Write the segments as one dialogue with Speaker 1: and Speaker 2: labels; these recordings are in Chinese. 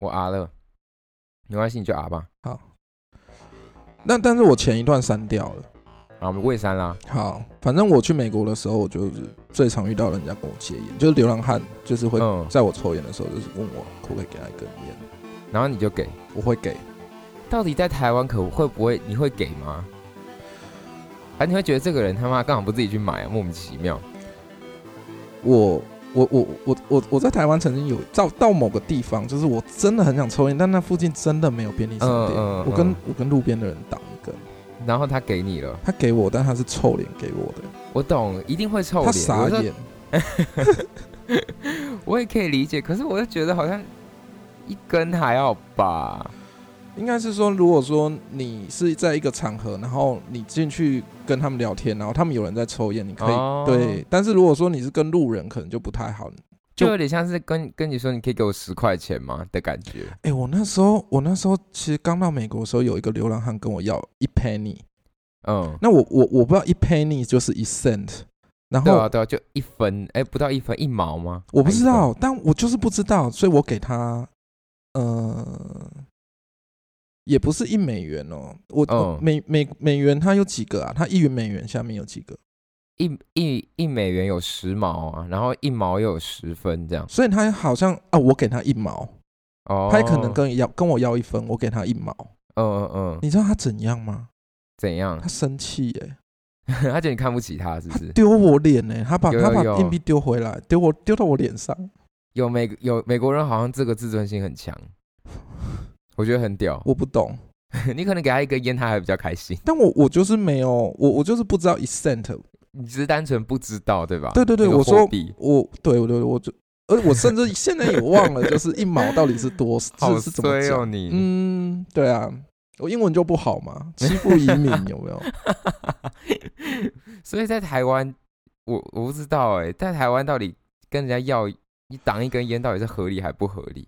Speaker 1: 我 R 了，没关系，你就 R 吧。
Speaker 2: 那但是我前一段删掉了。
Speaker 1: 啊，我们魏三啦，
Speaker 2: 好，反正我去美国的时候，我就是最常遇到人家跟我借烟，就是流浪汉，就是会
Speaker 1: 嗯，
Speaker 2: 在我抽烟的时候，就是问我可不可以给他一根烟，
Speaker 1: 然后你就给。
Speaker 2: 我会给。
Speaker 1: 到底在台湾可会不会你会给吗？啊，你会觉得这个人他妈干嘛不自己去买、啊，莫名其妙。
Speaker 2: 我我我我我我在台湾曾经有到到某个地方，就是我真的很想抽烟，但那附近真的没有便利商
Speaker 1: 嗯
Speaker 2: 店，
Speaker 1: 嗯嗯
Speaker 2: 我跟我跟路边的人挡一根，
Speaker 1: 然后他给你了，
Speaker 2: 他给我，但他是臭脸给我的，
Speaker 1: 我懂，一定会臭
Speaker 2: 他
Speaker 1: 脸。
Speaker 2: 傻
Speaker 1: 我说
Speaker 2: 眼。
Speaker 1: 我也可以理解，可是我又觉得好像一根还好吧。
Speaker 2: 应该是说，如果说你是在一个场合，然后你进去跟他们聊天，然后他们有人在抽烟，你可以、
Speaker 1: 哦
Speaker 2: 对。但是如果说你是跟路人，可能就不太好。
Speaker 1: 就
Speaker 2: 就
Speaker 1: 有点像是跟跟你说，你可以给我十块钱吗的感觉？
Speaker 2: 哎、我那时候，我那时候其实刚到美国的时候，有一个流浪汉跟我要一 penny，
Speaker 1: 嗯，
Speaker 2: 那我我我不知道一 penny 就是一 cent，然
Speaker 1: 对
Speaker 2: 后
Speaker 1: 啊，对啊，就一分，哎、不到一分，一毛吗？
Speaker 2: 我不知
Speaker 1: 还一分，
Speaker 2: 道，但我就是不知道，所以我给他，呃，也不是一美元哦，我、
Speaker 1: 嗯
Speaker 2: 美美美元它有几个啊？它一元美元下面有几个？
Speaker 1: 一一一美元有十毛啊，然后一毛又有十分这样。
Speaker 2: 所以他好像啊，我给他一毛，
Speaker 1: 哦，
Speaker 2: 他也可能跟要跟我要一分，我给他一毛。
Speaker 1: 嗯嗯嗯，
Speaker 2: 你知道他怎样吗？
Speaker 1: 怎样
Speaker 2: 他？生气耶、
Speaker 1: 他觉得你看不起他是不是？
Speaker 2: 丢我脸呢、他把
Speaker 1: 有
Speaker 2: 他
Speaker 1: 有有
Speaker 2: 把硬币丢回来，丢我丢到我脸上。
Speaker 1: 有美有美国人好像这个自尊心很强，我觉得很屌。
Speaker 2: 我不懂，
Speaker 1: 你可能给他一根烟，他还比较开心。
Speaker 2: 但我我就是没有，我我就是不知道一 cent。
Speaker 1: 你只是单纯不知道对吧？
Speaker 2: 对对对，
Speaker 1: 啊那个
Speaker 2: 我
Speaker 1: 货
Speaker 2: 说
Speaker 1: 币
Speaker 2: 我对我对我就，而我 甚至现在也忘了，就是一毛到底是多
Speaker 1: 好
Speaker 2: 是是怎么
Speaker 1: 衰哦
Speaker 2: 讲？
Speaker 1: 你。
Speaker 2: 嗯，对啊，我英文就不好嘛，欺负移 民有没有？
Speaker 1: 所以在台湾，我我不知道哎、在台湾到底跟人家要你挡一根烟，到底是合理还不合理？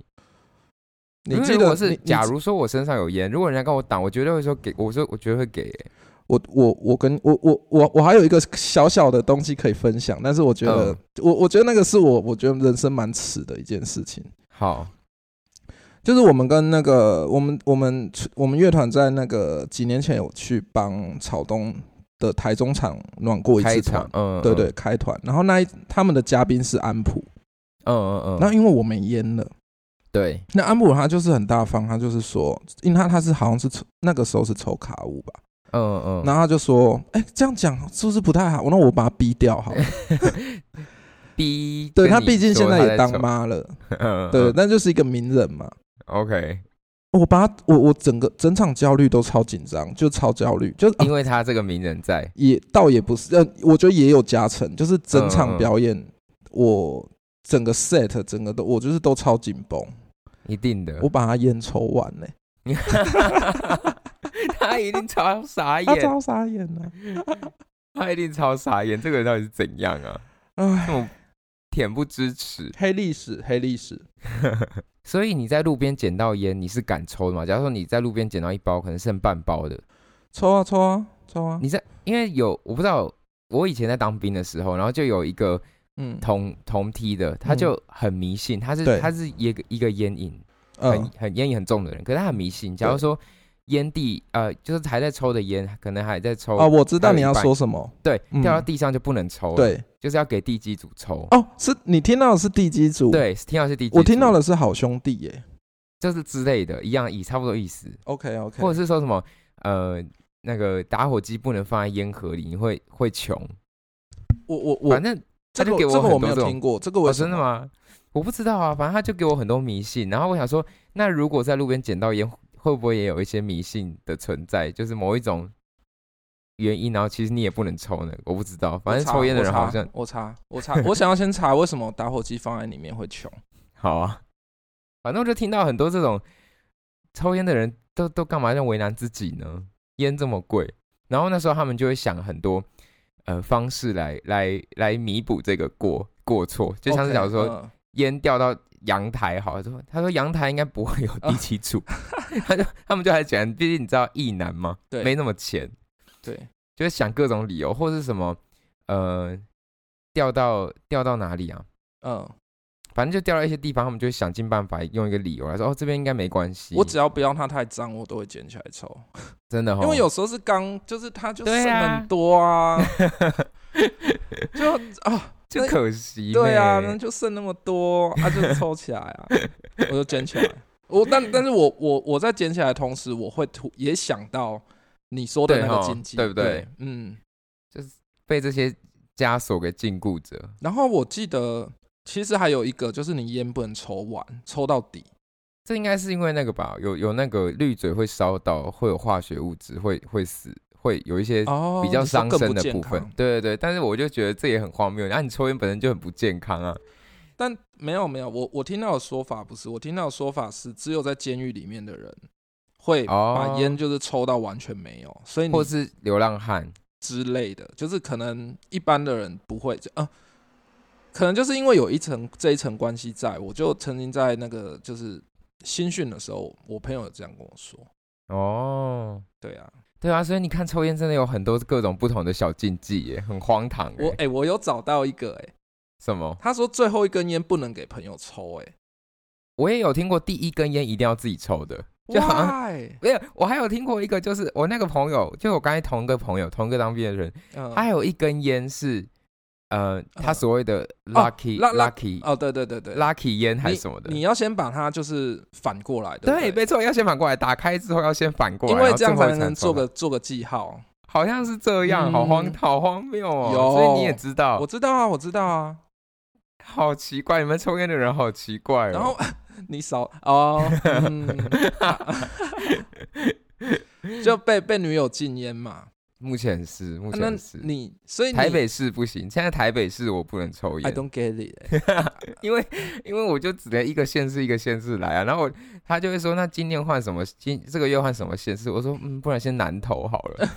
Speaker 2: 你
Speaker 1: 因为
Speaker 2: 记
Speaker 1: 如
Speaker 2: 得
Speaker 1: 果是
Speaker 2: 你你
Speaker 1: 假如说我身上有烟，如果人家跟我挡，我绝对会说给，我说我绝对会给、欸。
Speaker 2: 我我我跟我我我我还有一个小小的东西可以分享，但是我觉得、
Speaker 1: 嗯
Speaker 2: 我我觉得那个是我我觉得人生蛮耻的一件事情，
Speaker 1: 好，
Speaker 2: 就是我们跟那个我们我们我们乐团在那个几年前有去帮草东的台中场暖过一
Speaker 1: 开
Speaker 2: 次
Speaker 1: 场嗯，
Speaker 2: 团，，对对，开团，然后那一他们的嘉宾是安普，
Speaker 1: 嗯，嗯嗯
Speaker 2: 那
Speaker 1: 嗯，
Speaker 2: 因为我没烟了，
Speaker 1: 对，
Speaker 2: 那安普他就是很大方，他就是说，因为他他是好像是抽那个时候是抽卡舞吧，
Speaker 1: 嗯嗯嗯，
Speaker 2: 然后他就说，哎、这样讲是不是不太好？那我把他逼掉好了。
Speaker 1: 逼跟
Speaker 2: 对
Speaker 1: 你
Speaker 2: 他
Speaker 1: 说他
Speaker 2: 毕竟现在也当
Speaker 1: 在抽，
Speaker 2: 妈了，
Speaker 1: 嗯，
Speaker 2: 对，
Speaker 1: 嗯
Speaker 2: 那就是一个名人嘛。
Speaker 1: ，OK，
Speaker 2: 我把他，我我整个整场焦虑都超紧张，就超焦虑，就、啊
Speaker 1: 因为他这个名人在，
Speaker 2: 也倒也不是，呃，我觉得也有加成，就是
Speaker 1: 嗯
Speaker 2: 整
Speaker 1: 嗯
Speaker 2: 场
Speaker 1: 嗯
Speaker 2: 表演，我整个 set 整个都我就是都超紧绷，
Speaker 1: 一定的
Speaker 2: 我，把他烟抽完嘞、
Speaker 1: 他一定超傻
Speaker 2: 他
Speaker 1: 眼，
Speaker 2: 超傻眼了、
Speaker 1: 他一定超傻眼，这个人到底是怎样啊？
Speaker 2: 哎，
Speaker 1: 那种恬不知耻。
Speaker 2: 黑历史，黑历史，
Speaker 1: 所以你在路边捡到烟，你是敢抽的吗？假如说你在路边捡到一包，可能剩半包的，
Speaker 2: 抽啊抽啊抽啊，
Speaker 1: 你在因为有我不知道，我以前在当兵的时候，然后就有一个
Speaker 2: 嗯
Speaker 1: 同同梯的，他就很迷信，他是
Speaker 2: 对
Speaker 1: 他是一个一个烟瘾很、
Speaker 2: 嗯
Speaker 1: 很烟瘾很重的人，可是他很迷信。假如说烟蒂呃，就是还在抽的烟，可能还在抽，
Speaker 2: 啊，我知道你
Speaker 1: 还有
Speaker 2: 要
Speaker 1: 一半
Speaker 2: 说什么，
Speaker 1: 对，
Speaker 2: 嗯
Speaker 1: 掉到地上就不能抽，，
Speaker 2: 对，
Speaker 1: 就是要给地基组抽。
Speaker 2: 哦，是你听到的是地基组，，
Speaker 1: 对，听到是地基，
Speaker 2: 我听到，的是好兄弟耶、
Speaker 1: 就是之类的，一样以差不多意思。
Speaker 2: OK OK，
Speaker 1: 或者是说什么呃那个打火机不能放在烟盒里，你会会穷。
Speaker 2: 我我
Speaker 1: 反
Speaker 2: 我，
Speaker 1: 正他
Speaker 2: 这
Speaker 1: 就
Speaker 2: 个
Speaker 1: 给我
Speaker 2: 这个
Speaker 1: 很
Speaker 2: 我
Speaker 1: 多
Speaker 2: 没有
Speaker 1: 这种
Speaker 2: 听过，这个
Speaker 1: 我、
Speaker 2: 我
Speaker 1: 哦真的？吗？我不知道啊，反正他就给我很多迷信。然后我想说，那如果在路边捡到烟，会不会也有一些迷信的存在？就是某一种原因，然后其实你也不能抽呢？我不知道，反正
Speaker 2: 我查
Speaker 1: 抽烟的
Speaker 2: 我
Speaker 1: 人
Speaker 2: 查
Speaker 1: 好像
Speaker 2: 我查我查，我想要先查为什么打火机放在里面会穷。
Speaker 1: 好啊。反正我就听到很多这种抽烟的人都都干嘛要为难自己呢？烟这么贵，然后那时候他们就会想很多呃方式来来来弥补这个过过错，就像是
Speaker 2: OK，
Speaker 1: 假如说
Speaker 2: 嗯
Speaker 1: 烟掉到阳台，好，他说他说阳台应该不会有第七处，
Speaker 2: 哦
Speaker 1: 他就他们就还讲，毕竟你知道意男嘛，
Speaker 2: 对
Speaker 1: 没那么钱，
Speaker 2: 对，
Speaker 1: 就是想各种理由或是什么，呃，掉到掉到哪里啊？
Speaker 2: 嗯，
Speaker 1: 反正就掉到一些地方，他们就会想尽办法用一个理由来说，哦，这边应该没关系。
Speaker 2: 我只要不要它太脏，我都会捡起来抽，
Speaker 1: 真的哦，
Speaker 2: 因为有时候是刚，就是它就
Speaker 1: 对
Speaker 2: 剩
Speaker 1: 啊
Speaker 2: 很多啊，就啊，
Speaker 1: 就可惜呢。
Speaker 2: 对啊，那就剩那么多，啊，就抽起来啊，我就捡起来。我但但是我我我在捡起来的同时，我会突也想到你说的
Speaker 1: 对
Speaker 2: 那个
Speaker 1: 吼
Speaker 2: 经济，
Speaker 1: 对不对
Speaker 2: 对？嗯，
Speaker 1: 被这些枷锁给禁锢着。
Speaker 2: 然后我记得其实还有一个就是你烟不能抽完，抽到底。
Speaker 1: 这应该是因为那个吧，有有那个绿嘴会烧到，会有化学物质，会会死，会有一些
Speaker 2: 哦，
Speaker 1: 比较
Speaker 2: 你说
Speaker 1: 伤
Speaker 2: 更
Speaker 1: 身
Speaker 2: 不
Speaker 1: 的
Speaker 2: 健
Speaker 1: 部分。
Speaker 2: 康
Speaker 1: 对对对，但是我就觉得这也很荒谬。那、啊你抽烟本身就很不健康啊。
Speaker 2: 但没有没有，我我听到的说法不是，我听到的说法是，只有在监狱里面的人会
Speaker 1: 哦
Speaker 2: 把烟就是抽到完全没有，所以你
Speaker 1: 或是流浪汉，
Speaker 2: 之类的，就是可能一般的人不会，啊，可能就是因为有一层这一层关系在，我就曾经在那个就是新训的时候，我朋友有这样跟我说，
Speaker 1: 哦，
Speaker 2: 对啊，
Speaker 1: 对啊，所以你看抽烟真的有很多各种不同的小禁忌耶，很荒唐耶。
Speaker 2: 我哎、我有找到一个哎、
Speaker 1: 什么？
Speaker 2: 他说最后一根烟不能给朋友抽哎、
Speaker 1: 我也有听过第一根烟一定要自己抽的。就好像
Speaker 2: 欸，
Speaker 1: 没有，我还有听过一个，就是我那个朋友，就我刚才同一个朋友，同一个当兵的人，
Speaker 2: 嗯
Speaker 1: 他有一根烟是，呃，他
Speaker 2: 嗯
Speaker 1: 所谓的 lucky、
Speaker 2: 拉拉
Speaker 1: lucky
Speaker 2: 哦，对对对对，
Speaker 1: lucky 烟还
Speaker 2: 你
Speaker 1: 是什么的
Speaker 2: 你，要先把它就是反过来的，
Speaker 1: 对，
Speaker 2: 不
Speaker 1: 没错，要先反过来，打开之后要先反过来，
Speaker 2: 因为
Speaker 1: 然后
Speaker 2: 这样
Speaker 1: 最后
Speaker 2: 才能做
Speaker 1: 抽
Speaker 2: 个做个记号。
Speaker 1: 好像是这样，好荒
Speaker 2: 嗯
Speaker 1: 好荒谬哦。
Speaker 2: 有
Speaker 1: 所以你也知道
Speaker 2: 我，知道啊，我知道啊。
Speaker 1: 好奇怪，你们抽烟的人好奇怪哦。
Speaker 2: 然后 你少哦， 嗯就被被女友禁烟嘛。
Speaker 1: 目前是目
Speaker 2: 啊那
Speaker 1: 前是、
Speaker 2: 你所以你
Speaker 1: 台北市不行，现在台北市我不能抽
Speaker 2: I
Speaker 1: 烟，
Speaker 2: don't get it 欸、
Speaker 1: 因为因为我就只能一个县市一个县市来啊。然后我他就会说，那今天换什么？今这个月换什么县市？我说，嗯，不然先南投好 了。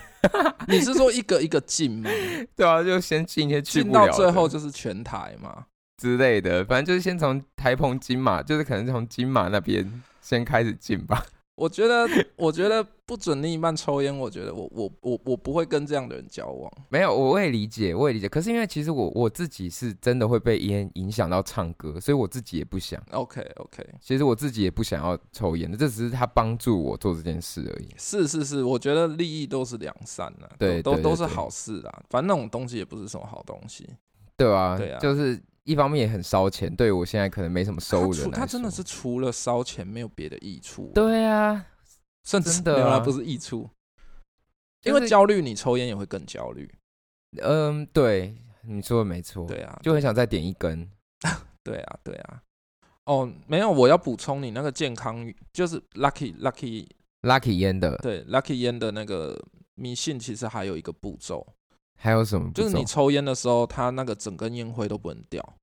Speaker 2: 你是说一个一个禁吗？
Speaker 1: 对啊，就先进一些 去
Speaker 2: 禁
Speaker 1: 不了
Speaker 2: 到
Speaker 1: 的
Speaker 2: 最后就是全台嘛？
Speaker 1: 之类的，反正就是先从台澎金马，就是可能从金马那边先开始进吧。
Speaker 2: 我觉得，我觉得不准另一半抽烟，我觉得我我我我不会跟这样的人交往。
Speaker 1: 没有，我也理解，我也理解。可是因为其实我我自己是真的会被烟影响到唱歌，所以我自己也不想。
Speaker 2: OK OK，
Speaker 1: 其实我自己也不想要抽烟的，这只是他帮助我做这件事而已。
Speaker 2: 是是是，我觉得利益都是良善呐、都
Speaker 1: 对
Speaker 2: 都
Speaker 1: 对
Speaker 2: 都
Speaker 1: 对
Speaker 2: 是
Speaker 1: 对
Speaker 2: 好事啦。反正那种东西也不是什么好东西。
Speaker 1: 对啊，
Speaker 2: 对啊啊
Speaker 1: 就是一方面也很烧钱，对我现在可能没什么收入
Speaker 2: 他
Speaker 1: 的
Speaker 2: 除
Speaker 1: 人来
Speaker 2: 他真的
Speaker 1: 说
Speaker 2: 是除了烧钱没有别的益处，
Speaker 1: 对啊，
Speaker 2: 甚至
Speaker 1: 真的啊
Speaker 2: 没有啦不是益处，
Speaker 1: 就
Speaker 2: 因
Speaker 1: 是
Speaker 2: 为焦虑，你抽烟也会更焦虑。
Speaker 1: 嗯，对，你说的没错，
Speaker 2: 对啊，
Speaker 1: 哦就很想再点一根。
Speaker 2: 对啊，对啊。哦，没有，我要补充你那个健康，就是 lucky lucky
Speaker 1: Lucky 烟的，
Speaker 2: 对 lucky 烟的那个迷信，其实还有一个步骤，
Speaker 1: 还有什么步骤？
Speaker 2: 就是你抽烟的时候，它那个整根烟灰都不能掉。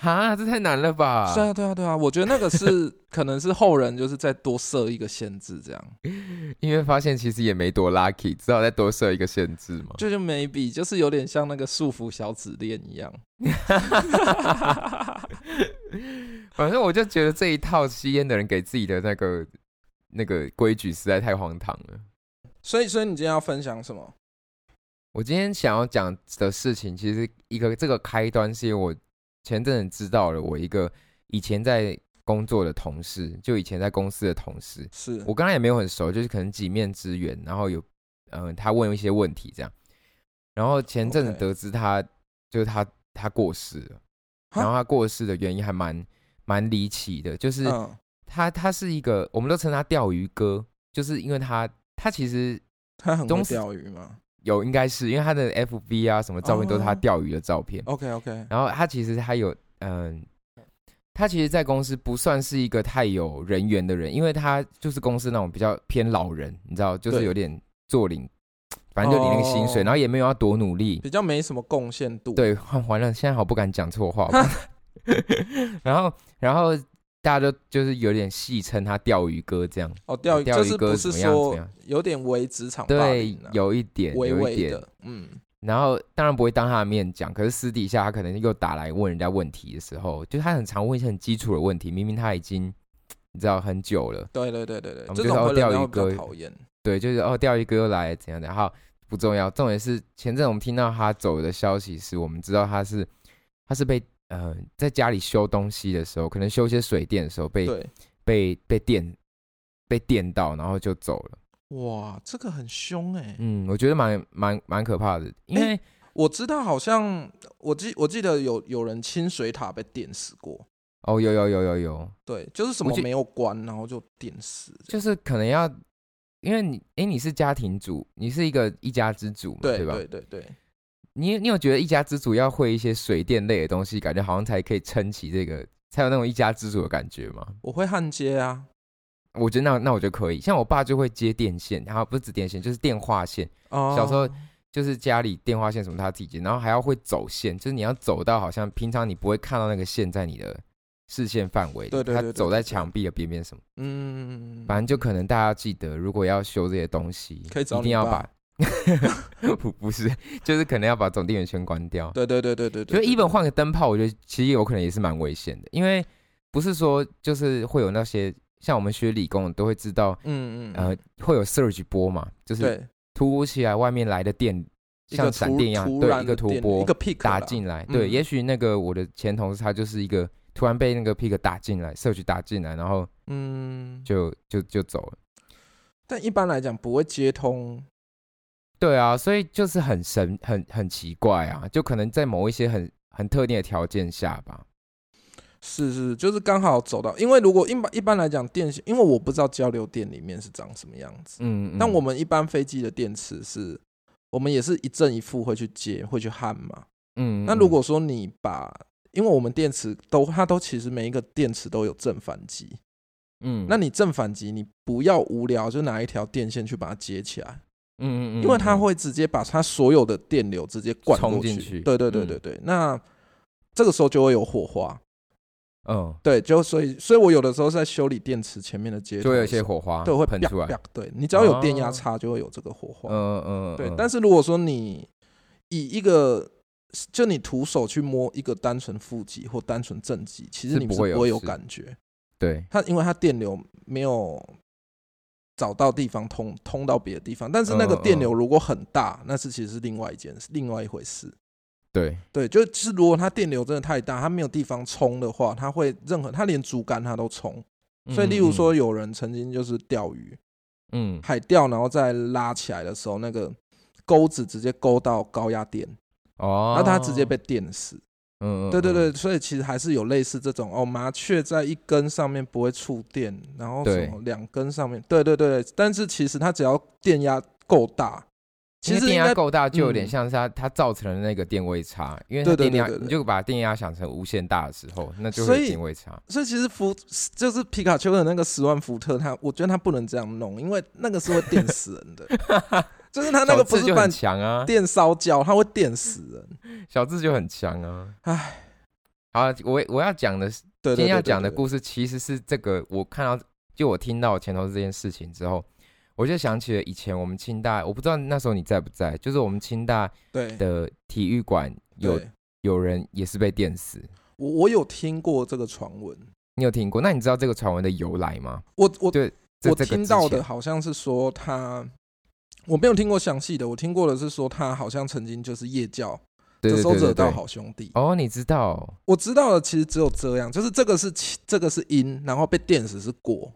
Speaker 1: 哈，这太难了吧？
Speaker 2: 对啊，对啊，对啊，我觉得那个是可能是后人就是再多设一个限制，这样
Speaker 1: 因为发现其实也没多 lucky，只好再多设一个限制嘛。
Speaker 2: 就就 maybe 就是有点像那个束缚小指链一样。
Speaker 1: 反正我就觉得这一套吸烟的人给自己的那个那个规矩实在太荒唐了。
Speaker 2: 所以，所以你今天要分享什么？
Speaker 1: 我今天想要讲的事情，其实一个这个开端是因为我前阵子知道了我一个以前在工作的同事，就以前在公司的同事，
Speaker 2: 是
Speaker 1: 我跟他也没有很熟，就是可能几面之缘，然后有嗯、呃他问一些问题这样，然后前阵子
Speaker 2: OK
Speaker 1: 得知他就是他他过世了，
Speaker 2: 哈
Speaker 1: 然后他过世的原因还蛮蛮离奇的，就是
Speaker 2: 嗯
Speaker 1: 他他是一个我们都称他钓鱼哥，就是因为他他其实
Speaker 2: 他很会
Speaker 1: 东西
Speaker 2: 钓鱼吗
Speaker 1: 有应该是因为他的 FB 啊什么照片都是他
Speaker 2: 哦
Speaker 1: 钓鱼的照片，
Speaker 2: ？OK OK，
Speaker 1: 然后他其实他有嗯。他其实，在公司不算是一个太有人缘的人，因为他就是公司那种比较偏老人，你知道，就是
Speaker 2: 对
Speaker 1: 有点坐领，反正就领那个薪水，
Speaker 2: 哦
Speaker 1: 然后也没有要多努力，
Speaker 2: 比较没什么贡献度。，
Speaker 1: 对，完完了，现在好不敢讲错话。 然后，然后大家都就是有点戏称他钓鱼哥这样，
Speaker 2: 哦，钓鱼
Speaker 1: 钓鱼
Speaker 2: 就是
Speaker 1: 哥
Speaker 2: 不
Speaker 1: 怎
Speaker 2: 是
Speaker 1: 么样
Speaker 2: 说
Speaker 1: 怎么样
Speaker 2: 有点为职场霸
Speaker 1: 对
Speaker 2: 凌啊，，
Speaker 1: 有一点，
Speaker 2: 微
Speaker 1: 有一
Speaker 2: 微
Speaker 1: 点。
Speaker 2: 的，嗯，
Speaker 1: 然后当然不会当他的面讲，可是私底下他可能又打来问人家问题的时候，就他很常问一些很基础的问题，明明他已经你知道很久了，
Speaker 2: 对对对对对
Speaker 1: 我，们
Speaker 2: 这
Speaker 1: 就
Speaker 2: 种
Speaker 1: 说
Speaker 2: 会让
Speaker 1: 钓
Speaker 2: 人
Speaker 1: 鱼
Speaker 2: 家比较
Speaker 1: 哥
Speaker 2: 讨厌。
Speaker 1: 对，就是哦钓鱼哥又来了怎样的，然后不重要，重点是前阵我们听到他走的消息时，我们知道他是他是被呃在家里修东西的时候，可能修一些水电的时候被
Speaker 2: 对，
Speaker 1: 被被电被电到，然后就走了。
Speaker 2: 哇，这个很凶哎、
Speaker 1: 嗯，我觉得蛮蛮蛮可怕的，因为、
Speaker 2: 我知道，好像我记我记得有有人清水塔被电死过，
Speaker 1: 哦有有有有有，
Speaker 2: 对，就是什么
Speaker 1: 我记
Speaker 2: 没有关，然后就电死这样。
Speaker 1: 就是可能要因为你哎你是家庭主，你是一个一家之主嘛，
Speaker 2: 对
Speaker 1: 吧？
Speaker 2: 对对对，
Speaker 1: 你你有觉得一家之主要会一些水电类的东西，感觉好像才可以撑起这个，才有那种一家之主的感觉吗？
Speaker 2: 我会焊接啊，
Speaker 1: 我觉得那那我就可以，像我爸就会接电线，然后不是指电线，就是电话线，
Speaker 2: 哦，
Speaker 1: 小时候就是家里电话线什么他自己接，然后还要会走线，就是你要走到好像平常你不会看到那个线在你的视线范围里，
Speaker 2: 对对对对
Speaker 1: 他走在
Speaker 2: 对对
Speaker 1: 墙壁的边边什么，
Speaker 2: 嗯，
Speaker 1: 反正就可能大家记得，如果要修这些东西，
Speaker 2: 可以找
Speaker 1: 一定
Speaker 2: 你
Speaker 1: 要
Speaker 2: 爸
Speaker 1: 把， 不不是，就是可能要把总电源全关掉，
Speaker 2: 对对对对对
Speaker 1: 就
Speaker 2: 对，
Speaker 1: 一
Speaker 2: 对
Speaker 1: 本换个灯泡，我觉得其实有可能也是蛮危险的，因为不是说就是会有那些像我们学理工的都会知道，
Speaker 2: 嗯嗯
Speaker 1: 呃，会有 surge 波嘛，就是
Speaker 2: 对，
Speaker 1: 突如其来外面来的电
Speaker 2: 一
Speaker 1: 像
Speaker 2: 个
Speaker 1: 闪
Speaker 2: 突
Speaker 1: 电一样，
Speaker 2: 突
Speaker 1: 对，
Speaker 2: 然
Speaker 1: 一个
Speaker 2: 的
Speaker 1: 突
Speaker 2: 电
Speaker 1: 波
Speaker 2: 一个 pick
Speaker 1: 打
Speaker 2: 啦，
Speaker 1: 进来，对，
Speaker 2: 嗯
Speaker 1: 也许那个我的前同事他就是一个突然被那个 pick 打进来，surge 打进来，然后
Speaker 2: 嗯，
Speaker 1: 就就就走了。
Speaker 2: 但一般来讲不会接通，
Speaker 1: 对啊，所以就是很神，很很奇怪啊，就可能在某一些很很特定的条件下吧。
Speaker 2: 是是，就是刚好走到，因为如果一般一般来讲电线，因为我不知道交流电里面是长什么样子，
Speaker 1: 嗯，嗯
Speaker 2: 但我们一般飞机的电池是，我们也是一正一负会去接，会去焊嘛。
Speaker 1: 嗯，
Speaker 2: 那
Speaker 1: 嗯
Speaker 2: 如果说你把，因为我们电池都它都其实每一个电池都有正反极，
Speaker 1: 嗯，
Speaker 2: 那你正反极你不要无聊就拿一条电线去把它接起来，
Speaker 1: 嗯嗯嗯，
Speaker 2: 因为它
Speaker 1: 嗯
Speaker 2: 会直接把它所有的电流直接灌
Speaker 1: 冲
Speaker 2: 过
Speaker 1: 进去
Speaker 2: 对对对对对，那这个时候就会有火花。
Speaker 1: 嗯，
Speaker 2: 对，就所以，所以我有的时候在修理电池前面的接
Speaker 1: 就
Speaker 2: 头
Speaker 1: 会有
Speaker 2: 的
Speaker 1: 一
Speaker 2: 时
Speaker 1: 些火
Speaker 2: 候
Speaker 1: 花
Speaker 2: 对会
Speaker 1: 喷
Speaker 2: 啪
Speaker 1: 出来，
Speaker 2: 啪对你只要有电
Speaker 1: 哦
Speaker 2: 压差就会有这个火花。
Speaker 1: 嗯嗯，
Speaker 2: 对
Speaker 1: 嗯，
Speaker 2: 但是如果说你以一个就你徒手去摸一个单纯负极或单纯正极，其
Speaker 1: 是
Speaker 2: 实你
Speaker 1: 不
Speaker 2: 是
Speaker 1: 会有
Speaker 2: 不会有
Speaker 1: 事
Speaker 2: 感觉。
Speaker 1: 对，
Speaker 2: 它因为它电流没有找到地方通通到别的地方，但是那个
Speaker 1: 嗯嗯
Speaker 2: 电流如果很大，那是其实是另外一件事，另外一回事。
Speaker 1: 对，
Speaker 2: 对，就是如果它电流真的太大，它没有地方冲的话，它会任何它连竹竿它都冲。
Speaker 1: 嗯
Speaker 2: 所以，例如说，有人曾经就是钓鱼，
Speaker 1: 嗯，嗯，嗯
Speaker 2: 海钓，然后再拉起来的时候，那个钩子直接勾到高压电，
Speaker 1: 哦，
Speaker 2: 然后它直接被，电死。
Speaker 1: 嗯，嗯
Speaker 2: 对对，对，
Speaker 1: 嗯
Speaker 2: 所以其实还是有类似这种哦，麻雀在一根上面不会触电，然后
Speaker 1: 对
Speaker 2: 什么两根上面，对对对，但是其实它只要电压够大，
Speaker 1: 因
Speaker 2: 其
Speaker 1: 为
Speaker 2: 实
Speaker 1: 电
Speaker 2: 应
Speaker 1: 压
Speaker 2: 该
Speaker 1: 够大，就有点
Speaker 2: 嗯
Speaker 1: 像是它它造成的那个电位差，因为它
Speaker 2: 对对
Speaker 1: 电压
Speaker 2: 对对对
Speaker 1: 你就把电压想成无限大的时候，那就
Speaker 2: 所
Speaker 1: 会有
Speaker 2: 以
Speaker 1: 电位差，
Speaker 2: 所以其实福就是皮卡丘的那个十万伏特，它我觉得它不能这样弄，因为那个是会电死人的， 就是它那
Speaker 1: 小
Speaker 2: 个不
Speaker 1: 智
Speaker 2: 是
Speaker 1: 哦就
Speaker 2: 半
Speaker 1: 很强啊，
Speaker 2: 电烧焦，它会电死人。
Speaker 1: 小智就很强啊，
Speaker 2: 唉，
Speaker 1: 好，我我要讲的是
Speaker 2: 对对对
Speaker 1: 今天要讲的
Speaker 2: 对对
Speaker 1: 故事其实是这个，我看到就我听到前头这件事情之后，我就想起了以前我们清大，我不知道那时候你在不在，就是我们清大
Speaker 2: 对
Speaker 1: 的体育馆有
Speaker 2: 对
Speaker 1: 有人也是被电死，
Speaker 2: 我我有听过这个传闻，
Speaker 1: 你有听过？那你知道这个传闻的由来吗？
Speaker 2: 我我
Speaker 1: 对，在
Speaker 2: 我
Speaker 1: 这个
Speaker 2: 听
Speaker 1: 之
Speaker 2: 到
Speaker 1: 前
Speaker 2: 的，好像是说他，我没有听过详细的，我听过的是说他好像曾经就是夜教，
Speaker 1: 对
Speaker 2: 这
Speaker 1: 对
Speaker 2: 时候
Speaker 1: 对对
Speaker 2: 惹到
Speaker 1: 对。
Speaker 2: 好兄弟。
Speaker 1: 哦，你知道
Speaker 2: 我知道的其实只有这样，就是这个是其这个是因，然后被电死是果，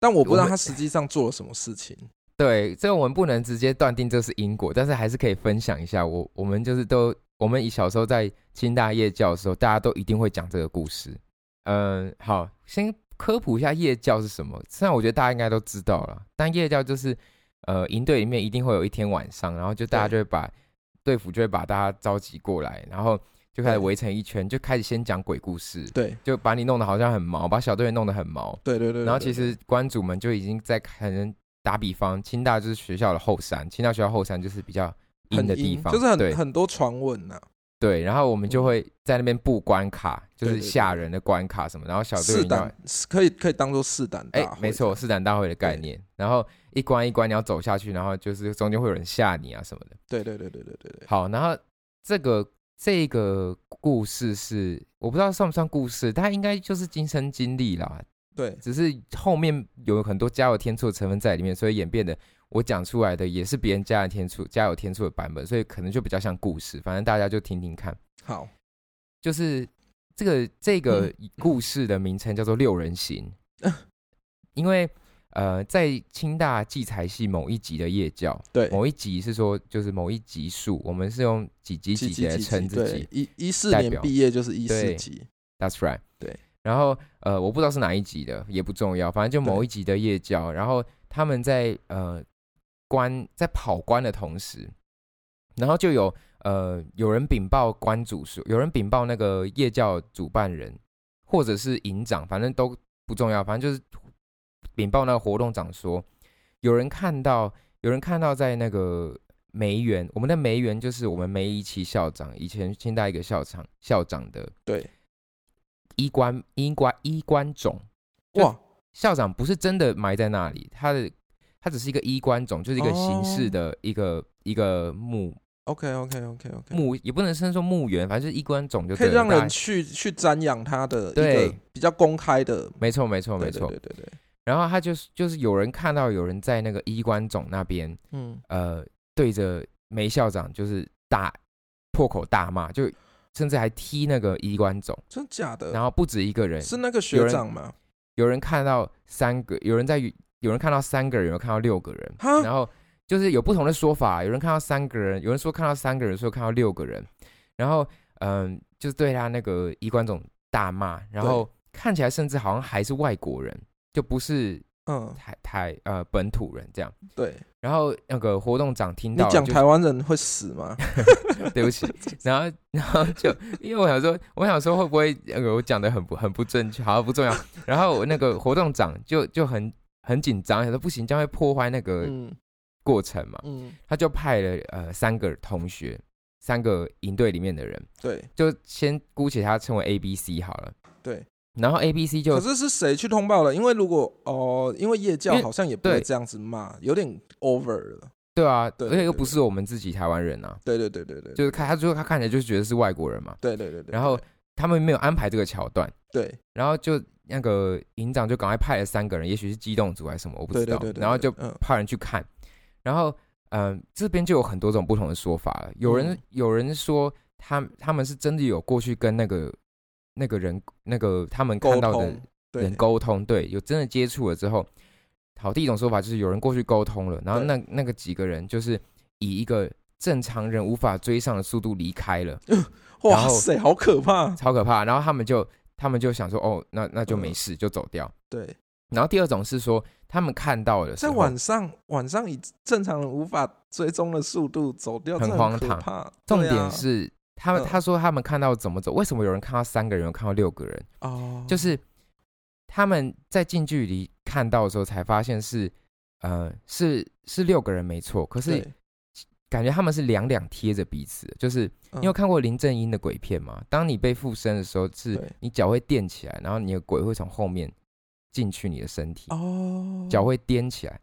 Speaker 2: 但我不知
Speaker 1: 我
Speaker 2: 道
Speaker 1: 们
Speaker 2: 他实际上做了什么事情。
Speaker 1: 对，这我们不能直接断定这是因果，但是还是可以分享一下。我我们就是都，我们以小时候在清大夜教的时候，大家都一定会讲这个故事。嗯，好，先科普一下夜教是什么。虽然我觉得大家应该都知道了，但夜教就是呃，营队里面一定会有一天晚上，然后就大家就
Speaker 2: 对
Speaker 1: 会把队服就会把大家召集过来，然后就开始
Speaker 2: 对
Speaker 1: 围成一圈，就开始先讲鬼故事，
Speaker 2: 对
Speaker 1: 就把你弄得好像很毛，把小队员弄得很毛。
Speaker 2: 对对对，
Speaker 1: 然后
Speaker 2: 对
Speaker 1: 其实关主们就已经在可能打比方，清大就是学校的后山，清大学校后山就是比较
Speaker 2: 对很
Speaker 1: 阴的地方，
Speaker 2: 就是很
Speaker 1: 对
Speaker 2: 很多传闻呐，
Speaker 1: 对。然后我们就会在那边布关卡，就
Speaker 2: 对
Speaker 1: 是
Speaker 2: 对对
Speaker 1: 吓人的关卡什么，然后小队
Speaker 2: 试
Speaker 1: 员要
Speaker 2: 胆是可以可以当做试胆
Speaker 1: 哎
Speaker 2: 大会，
Speaker 1: 没错，试胆大会的概念。然后一关一关你要走下去，然后就是中间会有人吓你啊什么的。
Speaker 2: 对对对对对对对，
Speaker 1: 好，然后这个这个故事是我不知道算不算故事，但它应该就是亲身经历啦，
Speaker 2: 对
Speaker 1: 只是后面有很多加有天醋的成分在里面，所以演变的我讲出来的也是别人加了天醋加有天醋的版本，所以可能就比较像故事，反正大家就听听看。
Speaker 2: 好，
Speaker 1: 就是这个这个故事的名称叫做《六人行》，因为呃，在清大计财系某一集的夜教，
Speaker 2: 对，
Speaker 1: 某一集是说就是某一集数，我们是用几级
Speaker 2: 几
Speaker 1: 几
Speaker 2: 几
Speaker 1: 来称
Speaker 2: 级？
Speaker 1: 自己
Speaker 2: 对，一一四
Speaker 1: 代
Speaker 2: 年
Speaker 1: 表
Speaker 2: 毕业就是一四
Speaker 1: 对
Speaker 2: 级，
Speaker 1: ，That's right。
Speaker 2: 对，
Speaker 1: 然后呃，我不知道是哪一集的，也不重要，反正就某
Speaker 2: 对
Speaker 1: 一集的夜教，然后他们在呃关在跑关的同时，然后就有呃有人禀报关主说，有人禀报那个夜教主办人或者是营长，反正都不重要，反正就是禀报那个活动长说，有人看到有人看到在那个梅园，我们的梅园就是我们梅一期校长以前清大一个校长校长的
Speaker 2: 对，
Speaker 1: 衣冠衣冠衣冠冢，就
Speaker 2: 哇，
Speaker 1: 校长不是真的埋在那里，他的他只是一个衣冠冢，就是一个形式
Speaker 2: 哦
Speaker 1: 的一个、一个墓
Speaker 2: OK OK OK OK，
Speaker 1: 墓，也不能称作墓园，反正就是衣冠冢就
Speaker 2: 可
Speaker 1: 对
Speaker 2: 以
Speaker 1: 了
Speaker 2: 让
Speaker 1: 大
Speaker 2: 人
Speaker 1: 家
Speaker 2: 去去瞻仰他的一个
Speaker 1: 对
Speaker 2: 比较公开的，
Speaker 1: 没错没错没
Speaker 2: 对
Speaker 1: 错。
Speaker 2: 对对对对，
Speaker 1: 然后他就是就是有人看到有人在那个衣冠冢那边，
Speaker 2: 嗯，
Speaker 1: 呃，对着梅校长就是大破口大骂，就甚至还踢那个衣冠冢，
Speaker 2: 真假的？
Speaker 1: 然后不止一个人，
Speaker 2: 呃是那个学
Speaker 1: 有人
Speaker 2: 长吗？
Speaker 1: 有人看到三个，有人在有人看到三个人，有人看到六个人，
Speaker 2: 哈
Speaker 1: 然后就是有不同的说法，有人看到三个人，有人说看到三个人，有人说看到六个人，然后嗯，就是对他那个衣冠总大骂，然后看起来甚至好像还是外国人，就不是
Speaker 2: 嗯，
Speaker 1: 台台呃本土人这样。
Speaker 2: 对，
Speaker 1: 然后那个活动长听
Speaker 2: 你
Speaker 1: 到了
Speaker 2: 讲
Speaker 1: 就
Speaker 2: 台湾人会死吗？
Speaker 1: 对 不起，然后然后就因为我想说，我想说会不会那个我讲的很不很不正确，好像不重要。然后那个活动长就就很很紧张，想说不行，这样会破坏那个
Speaker 2: 嗯
Speaker 1: 过程嘛，
Speaker 2: 嗯，
Speaker 1: 他就派了呃三个同学，三个营队里面的人，
Speaker 2: 对
Speaker 1: 就先姑且他称为 A、B、C 好了。
Speaker 2: 对。
Speaker 1: 然后 A、B、C
Speaker 2: 可
Speaker 1: 就是
Speaker 2: 是谁去通报了？因为如果哦，因为夜教
Speaker 1: 因为
Speaker 2: 好像也不会
Speaker 1: 对
Speaker 2: 这样子骂，有点 over 了。
Speaker 1: 对啊，
Speaker 2: 对
Speaker 1: 而
Speaker 2: 对
Speaker 1: 且又
Speaker 2: 对
Speaker 1: 不是我们自己台湾人啊，
Speaker 2: 对对对对对，
Speaker 1: 就是看他最后他看起来就觉得是外国人嘛，
Speaker 2: 对对对对。
Speaker 1: 然后他们没有安排这个桥段。
Speaker 2: 对
Speaker 1: 然后就那个营长就赶快派了三个人，也许是机动组还是什么，我不
Speaker 2: 对
Speaker 1: 知
Speaker 2: 对
Speaker 1: 道。
Speaker 2: 对，对
Speaker 1: 然后就
Speaker 2: 嗯
Speaker 1: 派人去看，然后嗯、呃这边就有很多种不同的说法了。有人、
Speaker 2: 嗯
Speaker 1: 有人说他他们是真的有过去跟那个那个人那个他们
Speaker 2: 沟
Speaker 1: 看到的
Speaker 2: 通对
Speaker 1: 人沟通，对，有真的接触了之后。好，第一种说法就是有人过去沟通了，然后
Speaker 2: 对
Speaker 1: 那那个几个人就是以一个正常人无法追上的速度离开 了，然
Speaker 2: 哇
Speaker 1: 后
Speaker 2: 塞，好可怕！
Speaker 1: 超可怕。然后他们就他们就想说，哦，那那就
Speaker 2: 嗯
Speaker 1: 没事，就走掉。
Speaker 2: 对，
Speaker 1: 然后第二种是说，他们看到的时
Speaker 2: 在
Speaker 1: 候，
Speaker 2: 晚上晚上以正常人无法追踪的速度走掉，
Speaker 1: 很
Speaker 2: 这
Speaker 1: 荒
Speaker 2: 可
Speaker 1: 唐
Speaker 2: 怕。
Speaker 1: 重
Speaker 2: 对啊
Speaker 1: 点是他们、
Speaker 2: 嗯
Speaker 1: 他说他们看到怎么走，为什么有人看到三个人，有人看到六个人？
Speaker 2: 哦，
Speaker 1: 就是他们在近距离看到的时候，才发现是呃是是六个人没错，可是
Speaker 2: 对
Speaker 1: 感觉他们是两两贴着彼此的，就是你有
Speaker 2: 嗯
Speaker 1: 看过林正英的鬼片吗？当你被附身的时候，是
Speaker 2: 对
Speaker 1: 你脚会垫起来，然后你的鬼会从后面进去你的身体，
Speaker 2: 哦，
Speaker 1: 脚会颠起来，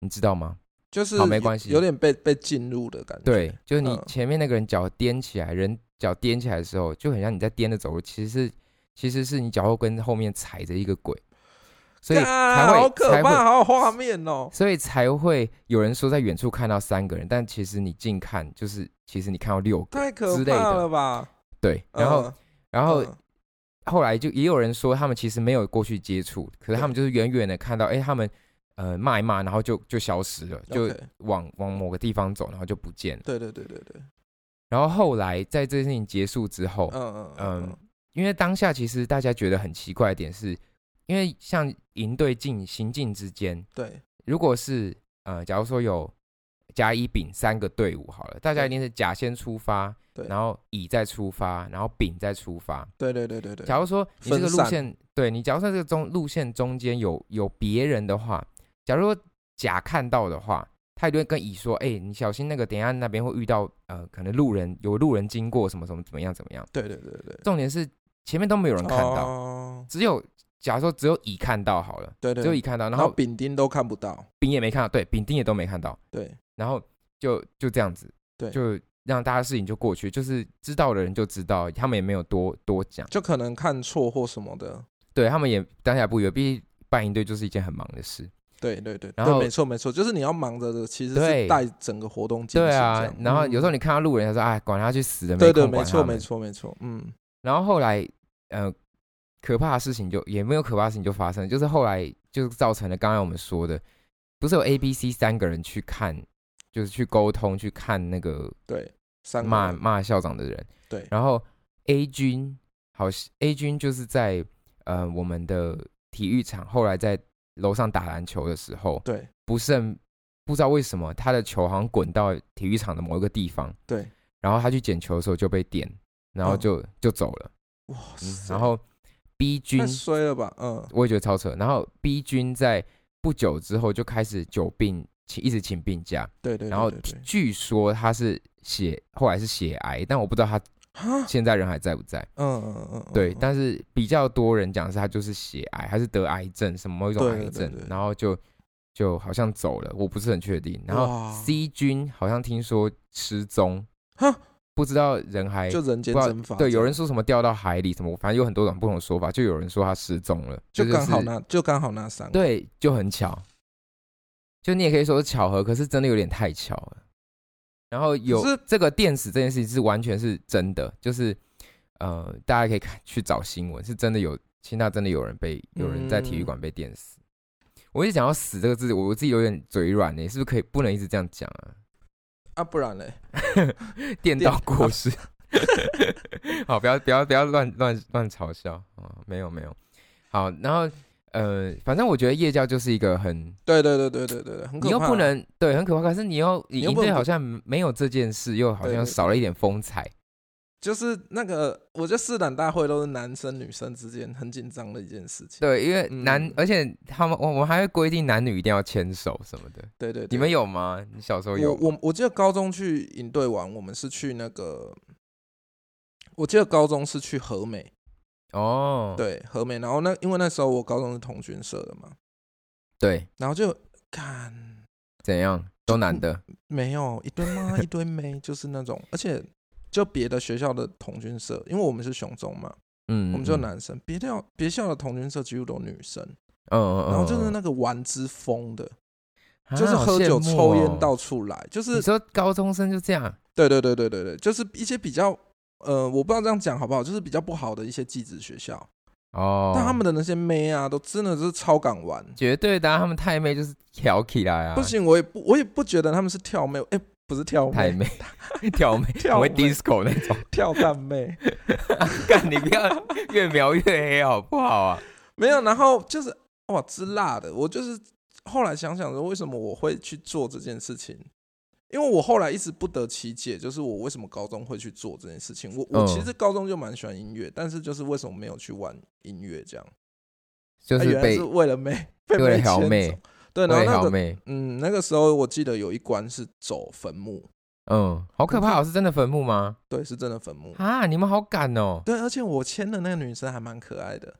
Speaker 1: 你知道吗？
Speaker 2: 就是
Speaker 1: 好没
Speaker 2: 有
Speaker 1: 关系
Speaker 2: 有点被被进入的感觉。
Speaker 1: 对，就是你
Speaker 2: 嗯
Speaker 1: 前面那个人脚颠起来，人脚颠起来的时候，就很像你在颠着走路，其实是其实是你脚后跟后面踩着一个鬼，所以
Speaker 2: 干
Speaker 1: 才
Speaker 2: 好
Speaker 1: 会
Speaker 2: 可
Speaker 1: 才
Speaker 2: 怕，
Speaker 1: 会
Speaker 2: 好有画面哦。
Speaker 1: 所以才会有人说在远处看到三个人，但其实你近看就是其实你看到六个
Speaker 2: 太可
Speaker 1: 之类
Speaker 2: 怕
Speaker 1: 的
Speaker 2: 了吧！
Speaker 1: 对，然后、
Speaker 2: 嗯
Speaker 1: 然后
Speaker 2: 嗯
Speaker 1: 后来就也有人说他们其实没有过去接触，可是他们就是远远的看到，哎，他们呃骂一骂，然后就就消失了，就
Speaker 2: 嗯 OK，
Speaker 1: 往往某个地方走，然后就不见了。
Speaker 2: 对对对对对，
Speaker 1: 然后后来在这件事情结束之后，
Speaker 2: 嗯嗯嗯
Speaker 1: 嗯，因为当下其实大家觉得很奇怪的点是，因为像营队进行进之间，
Speaker 2: 对
Speaker 1: 如果是呃，假如说有甲、乙、丙三个队伍好了，大家
Speaker 2: 对
Speaker 1: 一定是甲先出发，
Speaker 2: 对
Speaker 1: 然后乙再出发，然后丙再出发。
Speaker 2: 对对对对对，
Speaker 1: 假如说你这个
Speaker 2: 分
Speaker 1: 路
Speaker 2: 散
Speaker 1: 线，对你假如说这个中路线中间有有别人的话，假如说甲看到的话，他一定会跟乙说，哎、你小心那个，等一下那边会遇到呃，可能路人有路人经过什么什么怎么样怎么样。
Speaker 2: 对对对对对，
Speaker 1: 重点是前面都没有人看到，
Speaker 2: 哦
Speaker 1: 只有假如说只有乙看到好了，
Speaker 2: 对对，
Speaker 1: 只有乙看到，然
Speaker 2: 然后
Speaker 1: 后
Speaker 2: 丙丁都看不到，
Speaker 1: 丙也没看到，对，丙丁也都没看到，
Speaker 2: 对
Speaker 1: 然后就就这样子，
Speaker 2: 对
Speaker 1: 就让大家事情就过去，就是知道的人就知道，他们也没有多多讲，
Speaker 2: 就可能看错或什么的，
Speaker 1: 对他们也当下不以为，毕竟办营队就是一件很忙的事，
Speaker 2: 对对对，
Speaker 1: 然
Speaker 2: 对
Speaker 1: 后
Speaker 2: 没错没错，就是你要忙着的，其实是
Speaker 1: 对
Speaker 2: 带整个活动进行
Speaker 1: 对
Speaker 2: 这
Speaker 1: 啊
Speaker 2: 样，，
Speaker 1: 然后有时候
Speaker 2: 你
Speaker 1: 你看到路人，他说哎，管他去死的，
Speaker 2: 对
Speaker 1: 没
Speaker 2: 对
Speaker 1: 空
Speaker 2: 没
Speaker 1: 管
Speaker 2: 错
Speaker 1: 他
Speaker 2: 没
Speaker 1: 们，
Speaker 2: 错没错，嗯，
Speaker 1: 然后后来，呃，可怕的事情就也没有可怕的事情就发生，就是后来就是造成了刚才我们说的，不是有 A、B、C 三个人去看，就是去沟通去看那个
Speaker 2: 对，三个
Speaker 1: 骂
Speaker 2: 人
Speaker 1: 骂校长的人，
Speaker 2: 对
Speaker 1: 然后 A 君好像，A 君就是在呃我们的体育场，后来在楼上打篮球的时候，
Speaker 2: 对
Speaker 1: 不慎不知道为什么他的球好像滚到体育场的某一个地方，
Speaker 2: 对，
Speaker 1: 然后他去捡球的时候就被点，然后
Speaker 2: 嗯
Speaker 1: 就、就走了。
Speaker 2: 哇
Speaker 1: 嗯
Speaker 2: 塞，
Speaker 1: 然后 B 君
Speaker 2: 太衰了吧，嗯，
Speaker 1: 我也觉得超扯，然后 B 君在不久之后就开始久病，请一直请病假，
Speaker 2: 对对，对
Speaker 1: 然后
Speaker 2: 对对
Speaker 1: 据说他是血，后来是血癌，但我不知道他
Speaker 2: 哈，
Speaker 1: 现在人还在不在。
Speaker 2: 嗯嗯嗯嗯，
Speaker 1: 对，
Speaker 2: 嗯
Speaker 1: 但是比较多人讲是他就是血癌，还是得癌症什么某一种
Speaker 2: 对
Speaker 1: 癌
Speaker 2: 对对
Speaker 1: 症，
Speaker 2: 对
Speaker 1: 然后就就好像走了，我不是很确定。然后
Speaker 2: 嗯哇
Speaker 1: C 君好像听说失踪
Speaker 2: 哈，
Speaker 1: 不知道人还
Speaker 2: 就人间
Speaker 1: 不知道
Speaker 2: 蒸发这样，
Speaker 1: 对，有人说什么掉到海里什么，反正有很多种不同的说法，就有人说他失踪了，
Speaker 2: 就
Speaker 1: 这
Speaker 2: 刚好
Speaker 1: 是
Speaker 2: 那就刚好那三个，
Speaker 1: 对，就很巧，就你也可以说是巧合，可是真的有点太巧了。然后有
Speaker 2: 可是
Speaker 1: 这个电死这件事情是完全是真的，就是呃，大家可以看去找新闻，是真的有清大真的有人被有人在
Speaker 2: 嗯
Speaker 1: 体育馆被电死。我一直想要“死”这个字，我我自己有点嘴软呢、是不是可以不能一直这样讲啊？
Speaker 2: 啊，不然嘞，
Speaker 1: 电到过世。 好，不要不要不要乱乱乱嘲笑啊、哦！没有没有，好，然后呃，反正我觉得夜教就是一个很，
Speaker 2: 对对对对对对对，很可
Speaker 1: 你又
Speaker 2: 怕
Speaker 1: 不能对很可怕，可是你又你
Speaker 2: 又
Speaker 1: 应
Speaker 2: 不能
Speaker 1: 对
Speaker 2: 不
Speaker 1: 好像没有这件事，又好
Speaker 2: 对嗯
Speaker 1: 像
Speaker 2: 对
Speaker 1: 少了一点风采。
Speaker 2: 就是那个，我觉得试胆大会都是男生女生之间很紧张的一件事情。
Speaker 1: 对，因为男，
Speaker 2: 嗯
Speaker 1: 而且他们我我们还会规定男女一定要牵手什么的，
Speaker 2: 对对对，
Speaker 1: 你们有吗？你小时候哦有
Speaker 2: 我我我记得高中去营队玩，我们是去那个，我记得高中是去和美，
Speaker 1: 哦？
Speaker 2: 对和美，然后那因为那时候我高中是童军社的嘛，
Speaker 1: 对，
Speaker 2: 然后就看
Speaker 1: 怎样都男的，
Speaker 2: 没有一堆妈一堆妹，就是那种，而且就别的学校的童军社，因为我们是雄中嘛，
Speaker 1: 嗯，
Speaker 2: 我们就
Speaker 1: 嗯，
Speaker 2: 男生，别的别校的童军社几乎都女生，
Speaker 1: 嗯嗯嗯，
Speaker 2: 然后就是
Speaker 1: 嗯
Speaker 2: 那个玩之疯的，
Speaker 1: 啊
Speaker 2: 就是
Speaker 1: 好
Speaker 2: 喝
Speaker 1: 羡
Speaker 2: 酒
Speaker 1: 慕
Speaker 2: 抽
Speaker 1: 哦
Speaker 2: 烟到处来，就
Speaker 1: 你
Speaker 2: 是
Speaker 1: 说高中生就这样，
Speaker 2: 对对对对对对，就是一些比较呃，我不知道这样讲好不好，就是比较不好的一些寄宿学校，
Speaker 1: 哦，
Speaker 2: 但他们的那些妹啊，都真的是超敢玩。
Speaker 1: 绝对的、啊，他们太妹就是挑起来啊，
Speaker 2: 不行，我也不我也不觉得他们是跳妹，哎、不是跳
Speaker 1: 太
Speaker 2: 妹，
Speaker 1: 妹，挑 妹，
Speaker 2: 跳
Speaker 1: 我会
Speaker 2: 妹
Speaker 1: disco 那种。
Speaker 2: 跳蛋妹，
Speaker 1: 干，你不要越描越黑好不好啊？
Speaker 2: 没有。然后就是哇，之辣的，我就是后来想想说，为什么我会去做这件事情？因为我后来一直不得其解，就是我为什么高中会去做这件事情。我我
Speaker 1: 嗯
Speaker 2: 其实高中就蛮喜欢音乐，但是就是为什么没有去玩音乐这样？
Speaker 1: 就
Speaker 2: 啊
Speaker 1: 是
Speaker 2: 原来
Speaker 1: 被
Speaker 2: 是为了妹，被
Speaker 1: 为了
Speaker 2: 妹
Speaker 1: 撩
Speaker 2: 牵
Speaker 1: 妹
Speaker 2: 走，对，然后
Speaker 1: 对
Speaker 2: 那
Speaker 1: 好
Speaker 2: 个
Speaker 1: 妹，
Speaker 2: 嗯，那个时候我记得有一关是走坟墓，
Speaker 1: 嗯，好可怕哦，是真的坟墓吗？
Speaker 2: 对，是真的坟墓。
Speaker 1: 啊，你们好赶哦，
Speaker 2: 对，而且我牵的那个女生还蛮可爱的。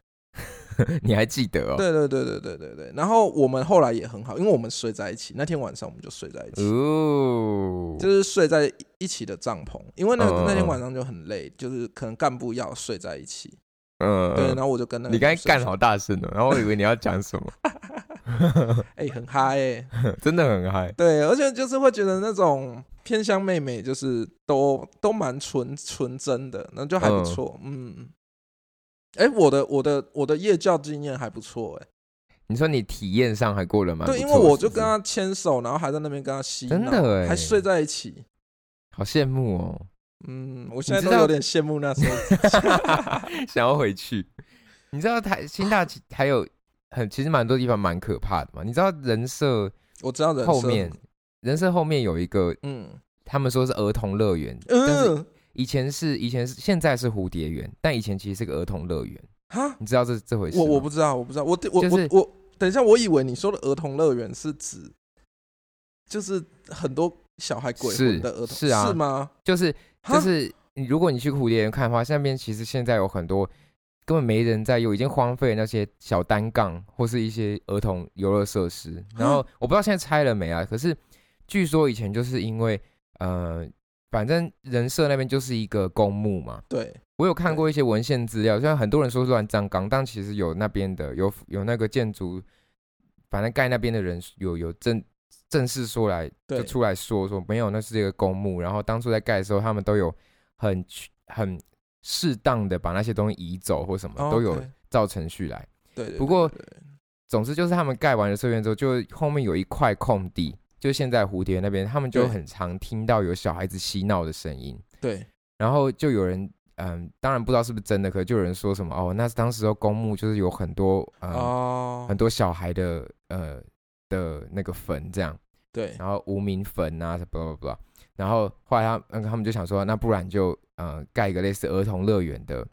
Speaker 1: 你还记得哦？
Speaker 2: 对对对对对对对。然后我们后来也很好，因为我们睡在一起。那天晚上我们就睡在一起，
Speaker 1: 哦，
Speaker 2: 就是睡在一起的帐篷。因为那
Speaker 1: 嗯嗯嗯
Speaker 2: 那天晚上就很累，就是可能干部要睡在一起。
Speaker 1: 嗯，
Speaker 2: 对，然后我就跟那个
Speaker 1: 你刚才
Speaker 2: 女生
Speaker 1: 干
Speaker 2: 说
Speaker 1: 好，大声哦，然后我以为你要讲什么，
Speaker 2: 哎，很嗨哎。
Speaker 1: 真的很嗨。
Speaker 2: 对，而且就是会觉得那种偏向妹妹，就是都都蛮纯纯真的，那就还不
Speaker 1: 嗯
Speaker 2: 错。嗯，哎、我的我的我的夜教经验还不错哎、
Speaker 1: 你说你体验上还过了吗？
Speaker 2: 对，因为我就跟她牵手，然后还在那边跟她嬉闹，
Speaker 1: 真的哎
Speaker 2: 还睡在一起。
Speaker 1: 好羡慕哦，
Speaker 2: 嗯，我现在
Speaker 1: 你知
Speaker 2: 都
Speaker 1: 道
Speaker 2: 有点羡慕那时候 自己。
Speaker 1: 想要回去。你知道台新大其还有很其实蛮多地方蛮可怕的嘛？你知道人设
Speaker 2: 我知道人
Speaker 1: 后
Speaker 2: 设
Speaker 1: 面，人设后面有一个
Speaker 2: 嗯
Speaker 1: 他们说是儿童乐园，但是
Speaker 2: 嗯，
Speaker 1: 以前是以前是现在是蝴蝶园，但以前其实是个儿童乐园。
Speaker 2: 哈，
Speaker 1: 你知道这这回事
Speaker 2: 我我
Speaker 1: 吗
Speaker 2: 不知道，我不知道，我我
Speaker 1: 就是
Speaker 2: 我我，等一下，我以为你说的儿童乐园是指就是很多小孩鬼
Speaker 1: 是
Speaker 2: 混的儿童，
Speaker 1: 是啊
Speaker 2: 吗？
Speaker 1: 就是
Speaker 2: 哈
Speaker 1: 就是你如果你去蝴蝶园看的话，下面其实现在有很多根本没人在用，已经荒废了那些小单杠或是一些儿童游乐设施。然后我不知道现在拆了没啊，可是据说以前就是因为呃，反正人社那边就是一个公墓嘛。
Speaker 2: 对，
Speaker 1: 我有看过一些文献资料，虽然很多人说是乱葬岗，但其实有那边的有有那个建筑，反正盖那边的人有有正正式说来就
Speaker 2: 对，
Speaker 1: 出来说说没有，那是一个公墓。然后当初在盖的时候，他们都有很去很适当的把那些东西移走或什么，
Speaker 2: 哦
Speaker 1: 都有
Speaker 2: OK
Speaker 1: 照程序来。
Speaker 2: 对对，
Speaker 1: 不过
Speaker 2: 对对
Speaker 1: 总之就是他们盖完了社院之后，就后面有一块空地，就现在蝴蝶那边，他们就
Speaker 2: 对
Speaker 1: 很常听到有小孩子嬉闹的声音，
Speaker 2: 对
Speaker 1: 然后就有人。嗯，当然不知道是不是真的，可就有人说什么哦，那当时候公墓就是有很多嗯、
Speaker 2: 哦，
Speaker 1: 很多小孩的呃的那个坟这样，
Speaker 2: 对
Speaker 1: 然后无名坟啊，什么 blah blah blah，然后后来他们他们就想说，那不然就呃盖一个类似儿童乐园的，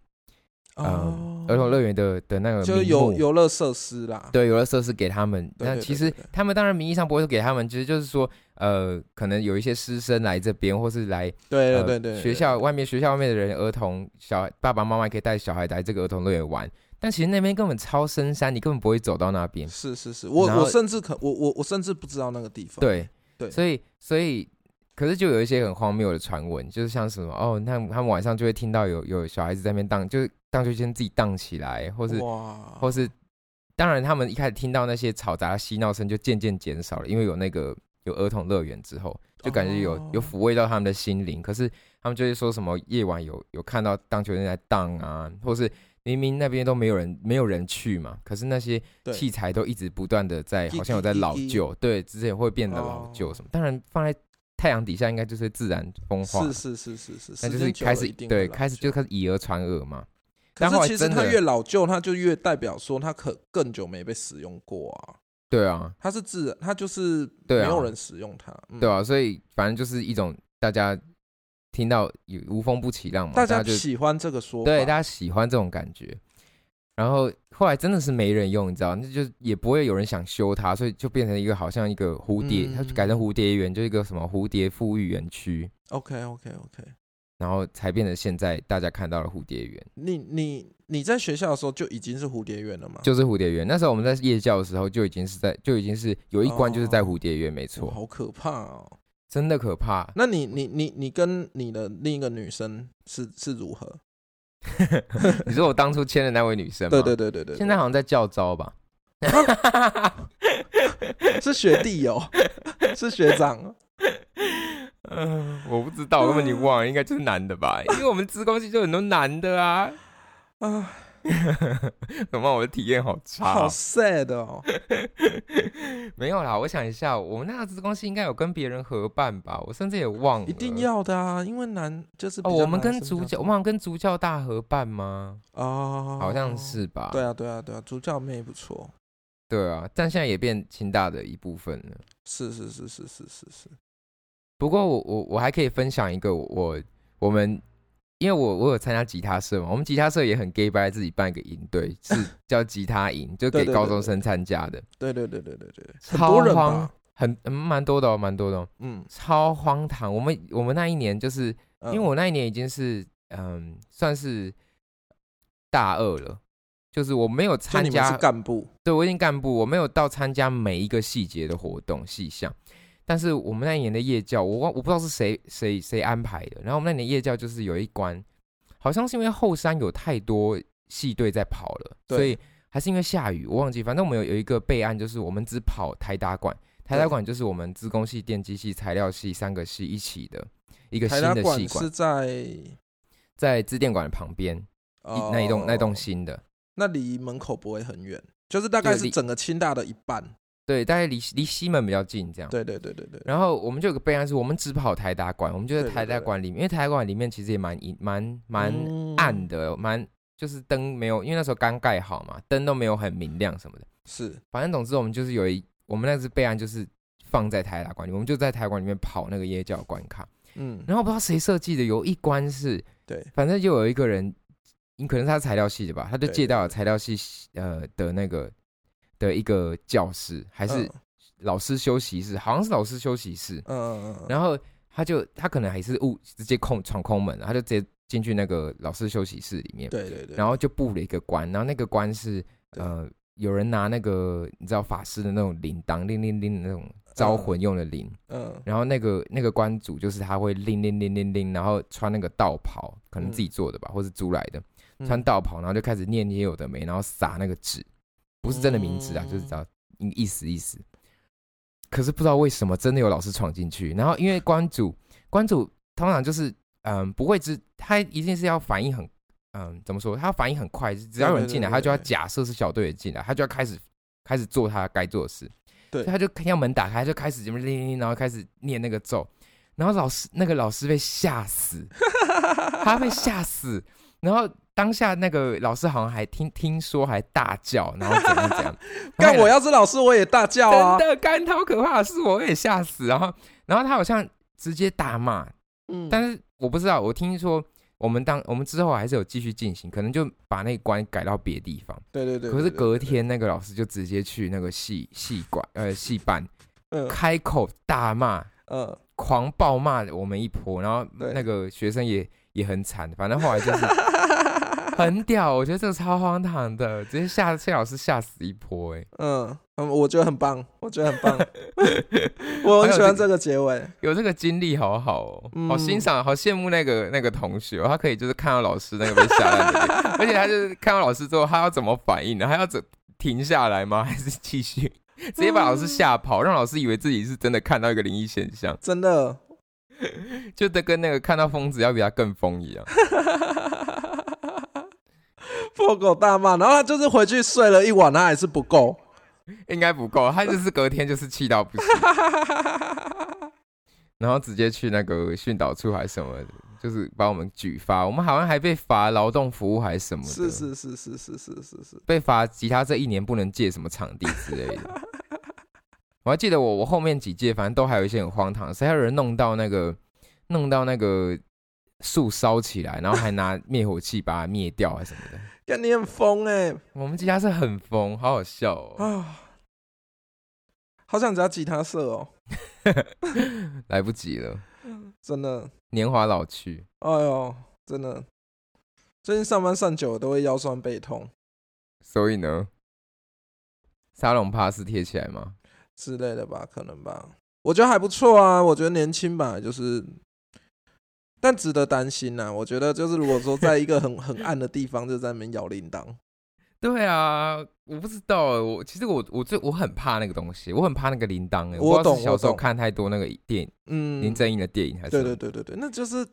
Speaker 1: 嗯、
Speaker 2: 哦
Speaker 1: 儿童乐园的的那个
Speaker 2: 就是
Speaker 1: 名
Speaker 2: 游
Speaker 1: 目
Speaker 2: 游乐设施啦，
Speaker 1: 对游乐设施给他们，
Speaker 2: 对
Speaker 1: 那
Speaker 2: 对
Speaker 1: 其
Speaker 2: 对
Speaker 1: 实
Speaker 2: 对对
Speaker 1: 他们当然名义上不会给他们，其实就是说呃可能有一些师生来这边，或是来
Speaker 2: 对
Speaker 1: 呃
Speaker 2: 对对对对，
Speaker 1: 学校外面学校外面的人儿童小孩爸爸妈妈也可以带小孩来这个儿童乐园玩，但其实那边根本超深山，你根本不会走到那边。
Speaker 2: 是是是，我
Speaker 1: 然后
Speaker 2: 我甚至可我我我甚至不知道那个地方。
Speaker 1: 对
Speaker 2: 对
Speaker 1: 所以所以可是就有一些很荒谬的传闻，就是像什么哦，那他们晚上就会听到有有小孩子在那边荡，就是荡秋千自己荡起来，或是
Speaker 2: 哇，
Speaker 1: 或是，当然他们一开始听到那些嘈杂的嬉闹声就渐渐减少了，因为有那个有儿童乐园之后，就感觉有、
Speaker 2: 哦
Speaker 1: 有抚慰到他们的心灵。可是他们就会说什么夜晚有有看到荡秋千在荡啊，或是。明明那边都没有人，没有人去嘛，可是那些
Speaker 2: 对
Speaker 1: 器材都一直不断的在，
Speaker 2: 滴
Speaker 1: 好像有
Speaker 2: 滴
Speaker 1: 在
Speaker 2: 滴
Speaker 1: 老
Speaker 2: 滴
Speaker 1: 旧，对，之前会变得老
Speaker 2: 哦
Speaker 1: 旧什么。当然放在太阳底下应该就是自然风化，
Speaker 2: 是是是是是，
Speaker 1: 那就
Speaker 2: 时
Speaker 1: 是
Speaker 2: 间久
Speaker 1: 开
Speaker 2: 了
Speaker 1: 始
Speaker 2: 一定会
Speaker 1: 对
Speaker 2: 老
Speaker 1: 开始
Speaker 2: 旧
Speaker 1: 就开始以讹传讹嘛。但后
Speaker 2: 可
Speaker 1: 来
Speaker 2: 是其实
Speaker 1: 真
Speaker 2: 它
Speaker 1: 的
Speaker 2: 越老旧，它就越代表说它可更久没被使用过啊。
Speaker 1: 对啊，
Speaker 2: 它是自然，它就是没
Speaker 1: 对啊
Speaker 2: 有人使用它。嗯
Speaker 1: 对啊，所以反正就是一种大家听到有无风不起浪嘛，
Speaker 2: 大
Speaker 1: 大
Speaker 2: 家
Speaker 1: 就
Speaker 2: 喜欢这个说法。
Speaker 1: 对大家喜欢这种感觉。然后后来真的是没人用，你知道，那就也不会有人想修它，所以就变成一个好像一个蝴蝶，它
Speaker 2: 嗯
Speaker 1: 改成蝴蝶园，就一个什么蝴蝶富裕园区，
Speaker 2: OK OK OK，
Speaker 1: 然后才变成现在大家看到的蝴蝶园。
Speaker 2: 你你你在学校的时候就已经是蝴蝶园了吗？
Speaker 1: 就是蝴蝶园。那时候我们在夜教的时候就已经是在就已经是有一关就是在蝴蝶园，没
Speaker 2: 哇
Speaker 1: 错，
Speaker 2: 好可怕哦。
Speaker 1: 真的可 怕。
Speaker 2: 那你你你你跟你的另一个女生是是如何？
Speaker 1: 你说我当初签的那位女生吗？
Speaker 2: 对对对对对，
Speaker 1: 现在好像在教招吧？啊
Speaker 2: 对是学弟哦， 是学长。
Speaker 1: 嗯、我不知道，我问你忘了，应该就是男的吧？因为我们职工系就很多男的啊。
Speaker 2: 啊，
Speaker 1: 怎么我的体验好差哦、
Speaker 2: 好 sad 哦！
Speaker 1: 没有啦，我想一下，我们那个职工系应该有跟别人合办吧？我甚至也忘了。
Speaker 2: 一定要的啊，因为男就是
Speaker 1: 哦，
Speaker 2: 比较
Speaker 1: 我们
Speaker 2: 男生
Speaker 1: 跟
Speaker 2: 比
Speaker 1: 主
Speaker 2: 较
Speaker 1: 教，我
Speaker 2: 多
Speaker 1: 们好像跟主教大合办吗？
Speaker 2: 哦，
Speaker 1: 好像是吧？
Speaker 2: 对啊，对啊，对啊，主教妹不错，
Speaker 1: 对啊，但现在也变清大的一部分了。
Speaker 2: 是是是是是是是，
Speaker 1: 不过我我我还可以分享一个我我我们，因为我我有参加吉他社嘛，我们吉他社也很 gay 拜自己办一个营队， 是叫吉他营，就
Speaker 2: 对
Speaker 1: 给
Speaker 2: 对对
Speaker 1: 高中生参加的，
Speaker 2: 对对对对对对，很
Speaker 1: 超
Speaker 2: 多人
Speaker 1: 荒
Speaker 2: 吧，，
Speaker 1: 很嗯蛮多的哦，蛮多的、哦，
Speaker 2: 嗯，
Speaker 1: 超荒唐。我们我们那一年就是，因
Speaker 2: 嗯
Speaker 1: 为我那一年已经是嗯算是大二了，就是我没有
Speaker 2: 就
Speaker 1: 参
Speaker 2: 你们
Speaker 1: 加
Speaker 2: 是干部，
Speaker 1: 对，我已经干部，我没有到参加每一个细节的活动细项，但是我们那一年的夜教，我忘我不知道是谁谁谁安排的。然后我们那年夜教就是有一关，好像是因为后山有太多系队在跑了，
Speaker 2: 对
Speaker 1: 所以还是因为下雨，我忘记。反正我们有有一个备案，就是我们只跑台达馆，台达
Speaker 2: 对
Speaker 1: 馆就是我们资工系、电机系、材料系三个系一起的一个新
Speaker 2: 台达
Speaker 1: 的系
Speaker 2: 馆
Speaker 1: 馆
Speaker 2: 是，在
Speaker 1: 在自电馆的旁边，一那一栋那
Speaker 2: 哦
Speaker 1: 栋，新的。
Speaker 2: 那离门口不会很远，就是大概
Speaker 1: 对
Speaker 2: 是
Speaker 1: 离
Speaker 2: 整个清大的一半，
Speaker 1: 对，大概离离西门比较近，这样。
Speaker 2: 对对对对对，
Speaker 1: 然后我们就有个备案是，我们只跑台达馆，我们就在
Speaker 2: 对对
Speaker 1: 台达馆里面，因为台达馆里面其实也蛮阴蛮蛮
Speaker 2: 嗯
Speaker 1: 暗的，蛮就是灯没有，因为那时候刚盖好嘛，灯都没有很明亮什么的。
Speaker 2: 是
Speaker 1: 反正总之我们就是有一我们那次备案就是放在台达馆里，我们就在台达馆里面跑那个夜教关卡。
Speaker 2: 嗯，
Speaker 1: 然后不知道谁设计的，有一关是，
Speaker 2: 对，
Speaker 1: 反正就有一个人，你可能是他材料系的吧，他就
Speaker 2: 对
Speaker 1: 借
Speaker 2: 对
Speaker 1: 到了材料系呃的那个的一个教室，还是
Speaker 2: 嗯
Speaker 1: 老师休息室，好像是老师休息室。
Speaker 2: 嗯嗯，
Speaker 1: 然后他就他可能还是误直接空闯空门了，他就直接进去那个老师休息室里面，
Speaker 2: 对对对，
Speaker 1: 然
Speaker 2: 后
Speaker 1: 后就布了一个关，然后那个关是
Speaker 2: 对
Speaker 1: 呃有人拿那个你知道法师的那种铃铛铃铃铃的那种招魂用的铃，
Speaker 2: 嗯
Speaker 1: 然后那个那个关主就是他会铃铃铃铃铃，然后穿那个道袍，可能自己做的吧，或是租来的，
Speaker 2: 嗯
Speaker 1: 穿道袍，然后就开始念一些有的没，然后撒那个纸，不是真的名字啊，
Speaker 2: 嗯
Speaker 1: 就是找意思意思。可是不知道为什么，真的有老师闯进去，然后因为关主关主通常就是嗯不会知，他一定是要反应很嗯，怎么说？他反应很快，只要有人进来，
Speaker 2: 对对对对
Speaker 1: 他就要
Speaker 2: 对
Speaker 1: 假设是小队员进来，他就要开始开始做他该做的事。
Speaker 2: 对，
Speaker 1: 所以他就看到门打开，他就开始怎么铃铃铃，然后开始念那个咒，然后老师那个老师被吓死，他被吓死，然后当下那个老师好像还听听说还大叫，然后怎样怎样
Speaker 2: 干我
Speaker 1: 要
Speaker 2: 要是老师我也大叫啊
Speaker 1: 真，的干超可怕的事，我也吓死，然后然后他好像直接大骂，
Speaker 2: 嗯，
Speaker 1: 但是我不知道，我听说我们当我们之后还是有继续进行，可能就把那个关改到别的地方。
Speaker 2: 对对对，
Speaker 1: 可是
Speaker 2: 对
Speaker 1: 隔，天那个老师就直接去那个戏戏馆呃戏班
Speaker 2: 对对对
Speaker 1: 开口大骂，
Speaker 2: 嗯嗯，
Speaker 1: 狂暴骂我们一波，然后
Speaker 2: 对
Speaker 1: 那个学生也也很惨，反正后来就是很屌，我觉得这个超荒唐的，直接吓谢老师吓死一波哎、欸
Speaker 2: 嗯嗯，我觉得很棒，我觉得很棒， 我很喜欢这个结尾。
Speaker 1: 有这个经历好好哦，
Speaker 2: 嗯
Speaker 1: 好欣赏，好羡慕那个那个同学哦、他可以就是看到老师那个被吓烂的脸，而且他就是看到老师之后，他要怎么反应呢？他要怎停下来吗？还 是继续直接把老师吓跑，让老师以为自己是真的看到一个灵异现象，
Speaker 2: 真的，
Speaker 1: 就得跟那个看到疯子要比他更疯一样。
Speaker 2: 破口大骂，然后他就是回去睡了一晚，他还是不够。
Speaker 1: 应该不够，他就是隔天就是气到不 行，然后直接去那个训导处还是什么的，就是把我们举发，我们好像还被罚劳动服务还是什么的，
Speaker 2: 是是是是是是是是，
Speaker 1: 被罚吉他这一年不能借什么场地之类的。我还记得我我后面几届，反正都还有一些很荒唐的事，还有人弄到那个弄到那个树烧起来，然后还拿灭火器把它灭掉啊什么的。
Speaker 2: 看你很疯哎、
Speaker 1: 我们吉他社很疯，好好笑哦，
Speaker 2: 啊！好想加吉他社哦，
Speaker 1: 来不及了，
Speaker 2: 真的，
Speaker 1: 年华老去。
Speaker 2: 哎呦，真的，最近上班上久了都会腰酸背痛
Speaker 1: 所以呢，沙龙帕是贴起来吗？
Speaker 2: 之类的吧，可能吧。我觉得还不错啊，我觉得年轻吧，就是，但值得担心呐、我觉得就是如果说在一个很 很暗的地方，就在那边摇铃铛，
Speaker 1: 对啊，我不知道欸，我其实我我最我很怕那个东西，我很怕那个铃铛哎，不知
Speaker 2: 我
Speaker 1: 道
Speaker 2: 懂
Speaker 1: 是小时候
Speaker 2: 我懂
Speaker 1: 看太多那个电影
Speaker 2: 嗯，
Speaker 1: 林正英的电影还是
Speaker 2: 对
Speaker 1: 什么
Speaker 2: 对对对对，那就是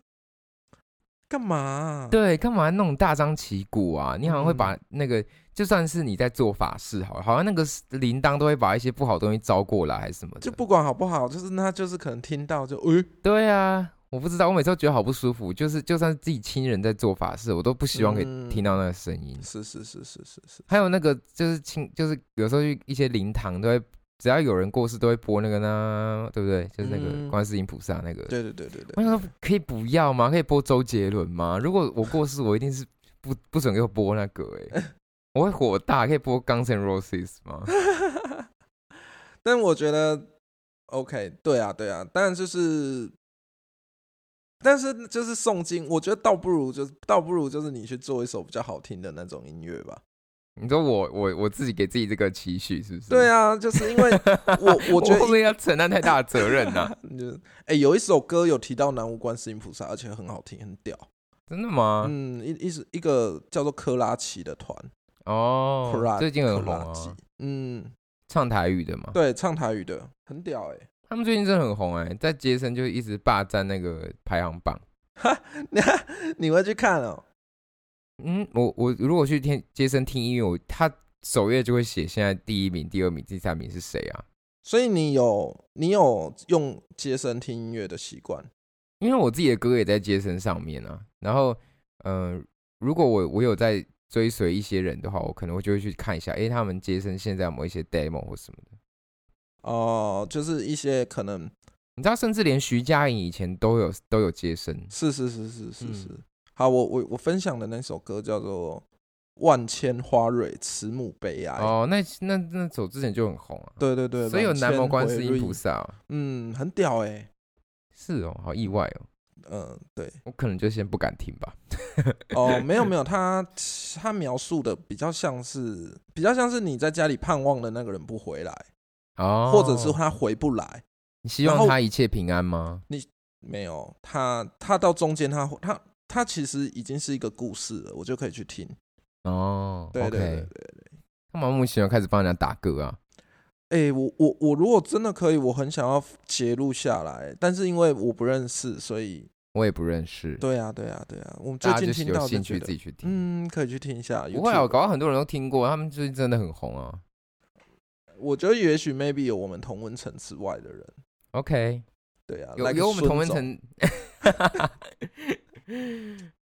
Speaker 2: 干嘛啊、
Speaker 1: 对，干嘛弄大张旗鼓啊？你好像
Speaker 2: 嗯
Speaker 1: 会把那个，就算是你在做法事，好了，好像那个铃铛都会把一些不好的东西招过来，还是什么的。
Speaker 2: 就不管好不好，就是那就是可能听到就，诶、
Speaker 1: 对啊，我不知道，我每次都觉得好不舒服，就是就算是自己亲人在做法事，我都不希望可以
Speaker 2: 嗯
Speaker 1: 听到那个声音。
Speaker 2: 是是是是是是，
Speaker 1: 还有那个就是亲，就是有时候去一些灵堂都会，只要有人过世都会播那个呢，对不对？就是那
Speaker 2: 嗯
Speaker 1: 个观世音菩萨那个。
Speaker 2: 对对对对对
Speaker 1: 我，想说可以不要吗？可以播周杰伦吗？如果我过世，我一定是不不准给我播那个 哎、我会火大。可以播 Guns N' Roses 吗？
Speaker 2: 但我觉得 OK，对啊对啊，但就是，但是就是诵经，我觉得倒不如就是倒不如就是你去做一首比较好听的那种音乐吧。
Speaker 1: 你说我我我自己给自己这个期许是不是？
Speaker 2: 对
Speaker 1: 啊，
Speaker 2: 啊，就是因为 我我
Speaker 1: 我
Speaker 2: 觉得
Speaker 1: 会不会要承担太大的责任 啊？
Speaker 2: 你就哎、有一首歌有提到南无观世音菩萨，而且很好听，很屌。
Speaker 1: 真的吗？
Speaker 2: 嗯，一一是一个叫做科拉奇的团，科
Speaker 1: 哦
Speaker 2: 拉，
Speaker 1: 最近很
Speaker 2: 科
Speaker 1: 红
Speaker 2: 拉
Speaker 1: 啊，
Speaker 2: 奇，嗯，
Speaker 1: 唱台语的嘛。
Speaker 2: 对，唱台语的很 屌哎、
Speaker 1: 他们最近真的很红哎、在街声就一直霸占那个排行榜。
Speaker 2: 你会去看哦？
Speaker 1: 嗯，我我如果去听街声听音乐，我他首页就会写现在第一名、第二名、第三名是谁啊？
Speaker 2: 所以你有你有用接声听音乐的习惯，
Speaker 1: 因为我自己的歌也在街声上面啊，然后，嗯、如果我我有在追随一些人的话，我可能会就会去看一下，诶，他们街声现在有没有一些 demo 或什么的。
Speaker 2: 哦、就是一些可能
Speaker 1: 你知道，甚至连徐佳莹以前都有都有街声，
Speaker 2: 是是是是是是。
Speaker 1: 嗯
Speaker 2: 好，我我我分享的那首歌叫做《万千花蕊慈母悲哀》。
Speaker 1: 哦，那那那首之前就很红啊，
Speaker 2: 对对哎对，
Speaker 1: 所以有
Speaker 2: 万千
Speaker 1: 南无观世
Speaker 2: 回
Speaker 1: 音
Speaker 2: 蕊
Speaker 1: 菩，萨哦、
Speaker 2: 嗯，很屌哎、
Speaker 1: 是哦，好意外哦，
Speaker 2: 嗯，对，
Speaker 1: 我可能就先不敢听吧。
Speaker 2: 哦，没有没有，他他描述的比较像是比较像是你在家里盼望的那个人不回来，
Speaker 1: 哦，
Speaker 2: 或者是他回不来，
Speaker 1: 你希
Speaker 2: 然后
Speaker 1: 望他一切平安吗？
Speaker 2: 没有，他他到中间他他他其实已经是一个故事了，我就可以去听。
Speaker 1: 哦
Speaker 2: 对对对对
Speaker 1: o k
Speaker 2: 对。
Speaker 1: 干嘛莫名其妙开始帮人家打歌啊？
Speaker 2: 哎、我我我如果真的可以，我很想要截录下来，但是因为我不认识，所以
Speaker 1: 我也不认识，
Speaker 2: 对啊，对啊，对啊，我们最
Speaker 1: 大家
Speaker 2: 近
Speaker 1: 就是
Speaker 2: 听到
Speaker 1: 有
Speaker 2: 就
Speaker 1: 兴
Speaker 2: 觉
Speaker 1: 趣
Speaker 2: 得
Speaker 1: 自己去听。
Speaker 2: 嗯，可以去听一下。
Speaker 1: 不会啊，搞到很多人都听过，他们最近真的很红啊。
Speaker 2: 我觉得也许 maybe 有我们同温层之外的人，
Speaker 1: OK，
Speaker 2: 对啊，
Speaker 1: 有
Speaker 2: 来个
Speaker 1: 有我们
Speaker 2: 孙
Speaker 1: 同文
Speaker 2: 总，
Speaker 1: 层，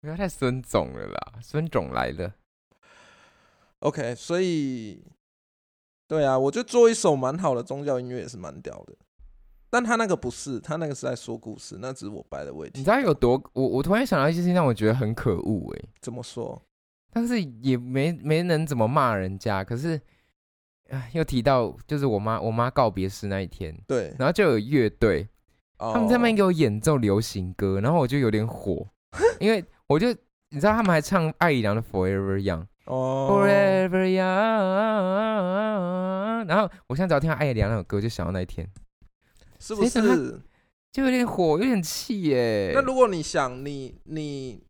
Speaker 1: 不要太孙总了啦，孙总来了。
Speaker 2: OK，所以对啊，我觉得做一首蛮好的宗教音乐也是蛮屌的，但他那个不是，他那个是在说故事，那只是我掰的位置。
Speaker 1: 你知道有多？我我突然想到一件事情，让我觉得很可恶哎、
Speaker 2: 怎么说？
Speaker 1: 但是也没没能怎么骂人家。可是，唉又提到就是我妈我妈告别式那一天，
Speaker 2: 对，
Speaker 1: 然后就有乐队，他们在那边
Speaker 2: 哦
Speaker 1: 给我演奏流行歌，然后我就有点 火，因为我就你知道他们还唱艾怡良的 Forever Young。
Speaker 2: 哦，
Speaker 1: Forever Young。然后我现在只要听到艾怡良那首歌，就想到那一天，
Speaker 2: 是不
Speaker 1: 谁准他
Speaker 2: 是？
Speaker 1: 就有点火，有点气耶。
Speaker 2: 那如果你想你你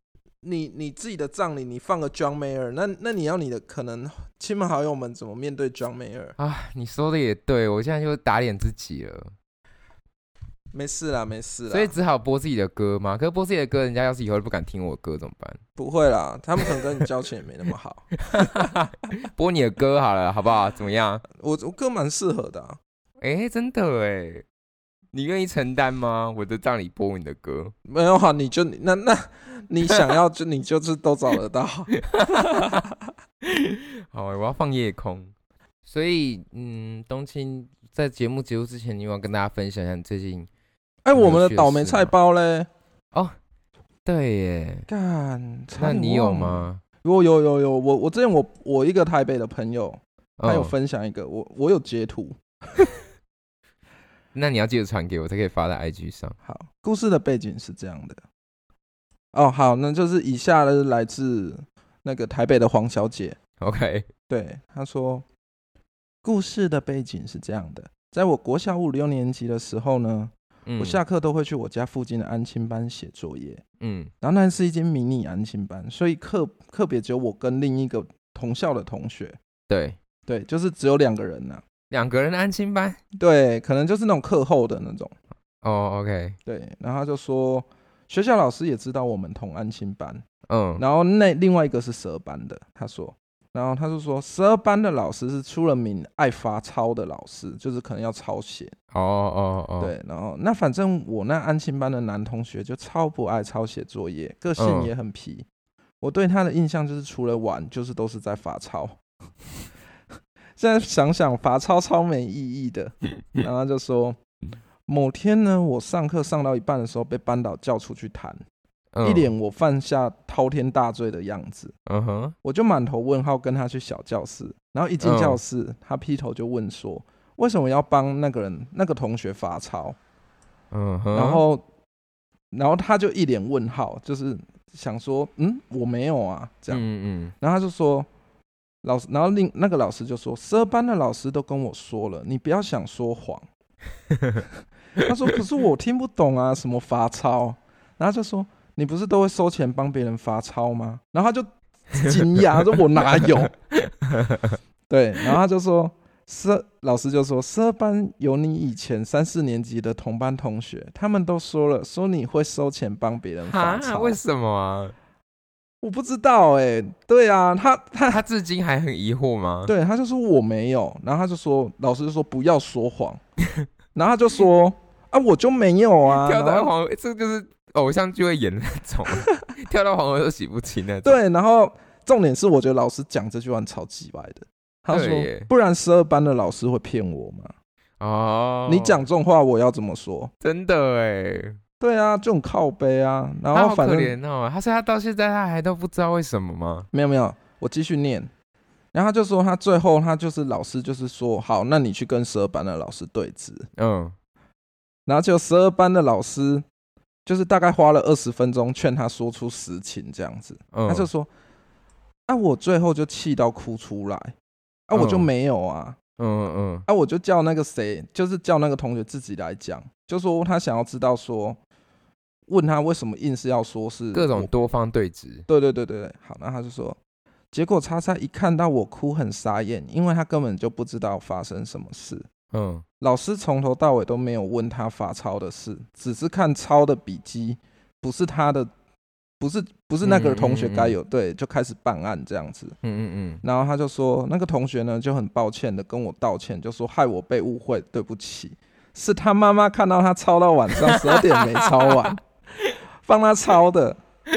Speaker 2: 你你自己的葬礼，你放个 John Mayer，那那你要你的可能亲朋好友们怎么面对 John Mayer？
Speaker 1: 啊，你说的也对，我现在就打脸自己了，
Speaker 2: 没事啦，没事啦，
Speaker 1: 所以只好播自己的歌嘛。可是播自己的歌，人家要是以后不敢听我的歌怎么办？
Speaker 2: 不会啦，他们可能跟你交情也没那么好。
Speaker 1: 播你的歌好了，好不好？怎么样？
Speaker 2: 我我歌蛮适合的、啊，
Speaker 1: 哎、真的哎，你愿意承担吗？我的葬礼播你的歌，
Speaker 2: 没有哈，你就那那你想要就你就是都找 得到。
Speaker 1: 好，我要放夜空。所以，嗯，冬青在节目结束之前，你有没有跟大家分享一下你最近
Speaker 2: 哎，
Speaker 1: 有
Speaker 2: 我们的
Speaker 1: 趣的
Speaker 2: 倒霉
Speaker 1: 事
Speaker 2: 菜
Speaker 1: 吗
Speaker 2: 包嘞，
Speaker 1: 对耶，
Speaker 2: 干，差
Speaker 1: 那
Speaker 2: 点
Speaker 1: 你有
Speaker 2: 忘了？
Speaker 1: 吗？
Speaker 2: 我有有有，我我之前我我一个台北的朋友，他有
Speaker 1: 嗯，
Speaker 2: 分享一个，我我有截图，
Speaker 1: 那你要记得传给我，才可以发在 IG 上。
Speaker 2: 好，故事的背景是这样的。哦，好，那就是以下的来自那个台北的黄小姐，
Speaker 1: OK，
Speaker 2: 对她说，故事的背景是这样的，在我国小五六年级的时候呢，
Speaker 1: 嗯，
Speaker 2: 我下课都会去我家附近的安亲班写作业，
Speaker 1: 嗯
Speaker 2: 然后那是一间迷你安亲班，所以课课别只有我跟另一个同校的同学，
Speaker 1: 对，
Speaker 2: 对，就是只有两个人呐、
Speaker 1: 两个人的安心班。
Speaker 2: 对，可能就是那种课后的那种。
Speaker 1: 哦，OK，
Speaker 2: 对，然后他就说，学校老师也知道我们同安亲班，
Speaker 1: 嗯，
Speaker 2: 然后那另外一个是蛇班的，他说，然后他就说蛇班的老师是出了名爱罚抄的老师，就是可能要抄写，
Speaker 1: 哦哦哦，，
Speaker 2: 对，然后那反正我那安亲班的男同学就超不爱抄写作业，个性
Speaker 1: 嗯
Speaker 2: 也很皮，我对他的印象就是除了玩就是都是在罚抄。 现在想想罚抄超没意 义的，然后他就说。
Speaker 1: 嗯
Speaker 2: 某天呢，我上课上到一半的时候，被班导叫出去谈，
Speaker 1: 嗯
Speaker 2: 一，脸我犯下滔天大罪的样子。
Speaker 1: 嗯哼，
Speaker 2: 我就满头问号跟他去小教室，然后一进
Speaker 1: 嗯
Speaker 2: 教室，他劈头就问说：“为什么要帮那个人那个同学罚抄
Speaker 1: 嗯？”哼，
Speaker 2: 然后，然后他就一脸问号，就是想说：“嗯，我没有啊。”这样，
Speaker 1: 嗯嗯
Speaker 2: 然后他就说：“老师。”然后另那个老师就说：“十二班的老师都跟我说了，你不要想说谎。” 他说：“可是我听不懂啊，什么罚抄？”然后他就说：“你不是都会收钱帮别人罚抄吗？”然后他就惊讶，他说：“我哪有？” 对，然后他就说：“十老师就说十二班有你以前三四年级的同班同学，他们都说了，说你会收钱帮别人
Speaker 1: 嗯，
Speaker 2: 罚
Speaker 1: 哈，
Speaker 2: 抄。
Speaker 1: 为什么啊？
Speaker 2: 我不知道哎、对啊，他他
Speaker 1: 他至今还很疑惑吗？
Speaker 2: 对，他就说我没有，然后他就说老师就说不要说谎， 然后他就说啊我就没有啊，
Speaker 1: 跳
Speaker 2: 然
Speaker 1: 到
Speaker 2: 后
Speaker 1: 黄河，这就是偶像剧会演的那 种，跳到黄河都洗不清那种。
Speaker 2: 对，然后重点是我觉得老师讲这句话很超级歪的，他
Speaker 1: 对
Speaker 2: 说
Speaker 1: 耶
Speaker 2: 不然十二班的老师会骗我吗？
Speaker 1: 哦，
Speaker 2: 你讲这种话我要怎么说？
Speaker 1: 真的哎，
Speaker 2: 对啊，这种靠背啊，然
Speaker 1: 他
Speaker 2: 后
Speaker 1: 好
Speaker 2: 反
Speaker 1: 可
Speaker 2: 正
Speaker 1: 怜哦。他说他到现在他还都不知道为什么吗？
Speaker 2: 没有没有，我继续念。然后他就说，他最后他就是老师，就是说，好，那你去跟十二班的老师对峙。
Speaker 1: 嗯，
Speaker 2: 然后就十二班的老师，就是大概花了二十分钟劝他说出实情，这样子。
Speaker 1: 嗯
Speaker 2: 他就说：“啊，我最后就气到哭出来，啊，我就
Speaker 1: 嗯
Speaker 2: 没有啊，
Speaker 1: 嗯嗯
Speaker 2: 啊，我就叫那个谁，就是叫那个同学自己来讲，就说他想要知道说，问他为什么硬是要说是
Speaker 1: 各种
Speaker 2: 我
Speaker 1: 多方对峙，
Speaker 2: 对对对对对，好，那他就说。”结果叉叉一看到我哭，很傻眼，因为他根本就不知道发生什么事。
Speaker 1: 嗯，
Speaker 2: 老师从头到尾都没有问他罚抄的事，只是看抄的笔记不是他的，不是不是那个同学
Speaker 1: 嗯嗯嗯
Speaker 2: 该有，对，就开始办案这样子。
Speaker 1: 嗯嗯
Speaker 2: 然后他就说，那个同学呢就很抱歉的跟我道歉，就说害我被误会，对不起，是他妈妈看到他抄到晚上十二点没抄完，帮他抄的。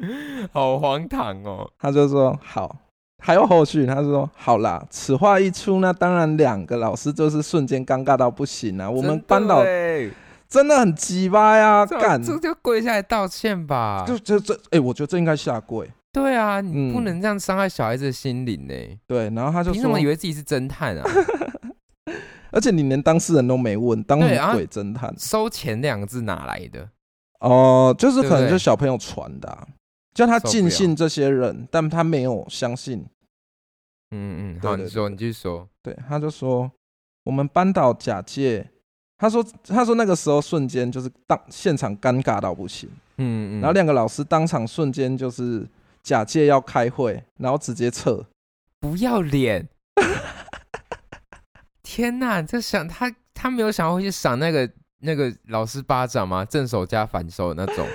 Speaker 1: 嗯，好荒唐哦。
Speaker 2: 他就说好，还有后续，他就说好啦，此话一出，那当然两个老师就是瞬间尴尬到不行啊。我们班导
Speaker 1: 真的欸
Speaker 2: 真的很鸡巴呀，
Speaker 1: 这
Speaker 2: 干
Speaker 1: 这就跪下来道歉吧。
Speaker 2: 就就这，哎、我觉得这应该下跪。
Speaker 1: 对啊，你不
Speaker 2: 嗯
Speaker 1: 能这样伤害小孩子的心灵呢、
Speaker 2: 对，然后他就
Speaker 1: 凭什么以
Speaker 2: 说，
Speaker 1: 为自己是侦探啊？
Speaker 2: 而且你连当事人都没问，当什
Speaker 1: 对啊
Speaker 2: 么鬼侦探？
Speaker 1: 收钱两个字哪来的？
Speaker 2: 哦、就是可
Speaker 1: 对不
Speaker 2: 能
Speaker 1: 对
Speaker 2: 就小朋友传的啊、叫他
Speaker 1: 受不
Speaker 2: 尽
Speaker 1: 了
Speaker 2: 信这些人，但他没有相信。
Speaker 1: 嗯嗯，
Speaker 2: 对
Speaker 1: 好，
Speaker 2: 对
Speaker 1: 你
Speaker 2: 对
Speaker 1: 说，你继续说。
Speaker 2: 对，他就说我们班导假借，他说他说那个时候瞬间就是当现场尴尬到不行。
Speaker 1: 嗯嗯，
Speaker 2: 然后两个老师当场瞬间就是假借要开会，然后直接撤。
Speaker 1: 不要脸！ 天哪，这想他他没有想要去赏那个那个老师巴掌吗？正手加反手那 种。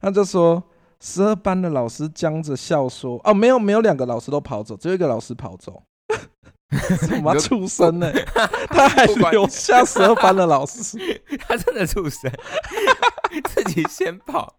Speaker 2: 他就说，十二班的老师僵着笑说：“哦，没有，没有，两个老师都跑走，只有一个老师 跑走。”什么
Speaker 1: 你就
Speaker 2: 畜生呢、 他还
Speaker 1: 不管
Speaker 2: 留下十二班的老 师，
Speaker 1: 他真的畜 生，自己先 跑。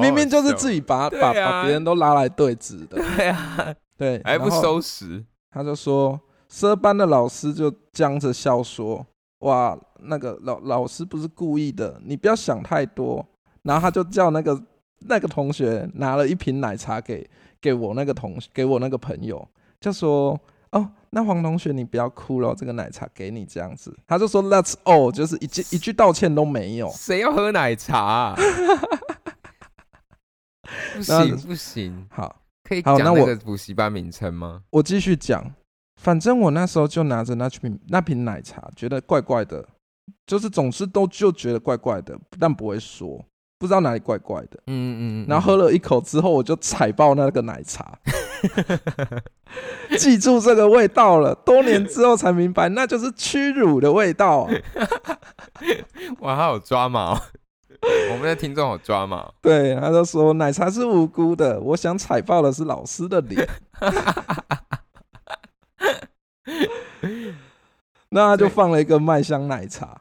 Speaker 2: 明明就是自己把
Speaker 1: 对
Speaker 2: 把
Speaker 1: 啊
Speaker 2: 把别人都拉来 对峙的
Speaker 1: 好好，笑对啊，
Speaker 2: 对，
Speaker 1: 还不
Speaker 2: 然后
Speaker 1: 收拾。
Speaker 2: 他就说，十二班的老师就僵着笑说：“哇，那个老老师不是故意的，你不要想太多。”然后他就叫那个那个同学拿了一瓶奶茶给给我那个同给我那个朋友，就说：“哦，那黄同学你不要哭了，这个奶茶给你这样子。”他就说：“That's all，就是一句一句道歉都没有。
Speaker 1: 谁要喝奶茶 啊、不
Speaker 2: 那
Speaker 1: 行不行”，
Speaker 2: 好，
Speaker 1: 可以
Speaker 2: 好
Speaker 1: 讲
Speaker 2: 那
Speaker 1: 那
Speaker 2: 我
Speaker 1: 个补习班名称吗？
Speaker 2: 我继续讲，反正我那时候就拿着那瓶那瓶奶茶，觉得怪怪的，就是总是都就觉得怪怪的，但不会说，不知道哪里怪怪的。
Speaker 1: 嗯嗯嗯，
Speaker 2: 然后喝了一口之后，我就踩爆那个奶茶，记住这个味道了。多年之后才明白，那就是屈辱的味道啊！
Speaker 1: 哇，他有抓 毛，我们的听众有抓哦毛。
Speaker 2: 对，他就说奶茶是无辜的，我想踩爆的是老师的脸。那他就放了一个麦香奶茶，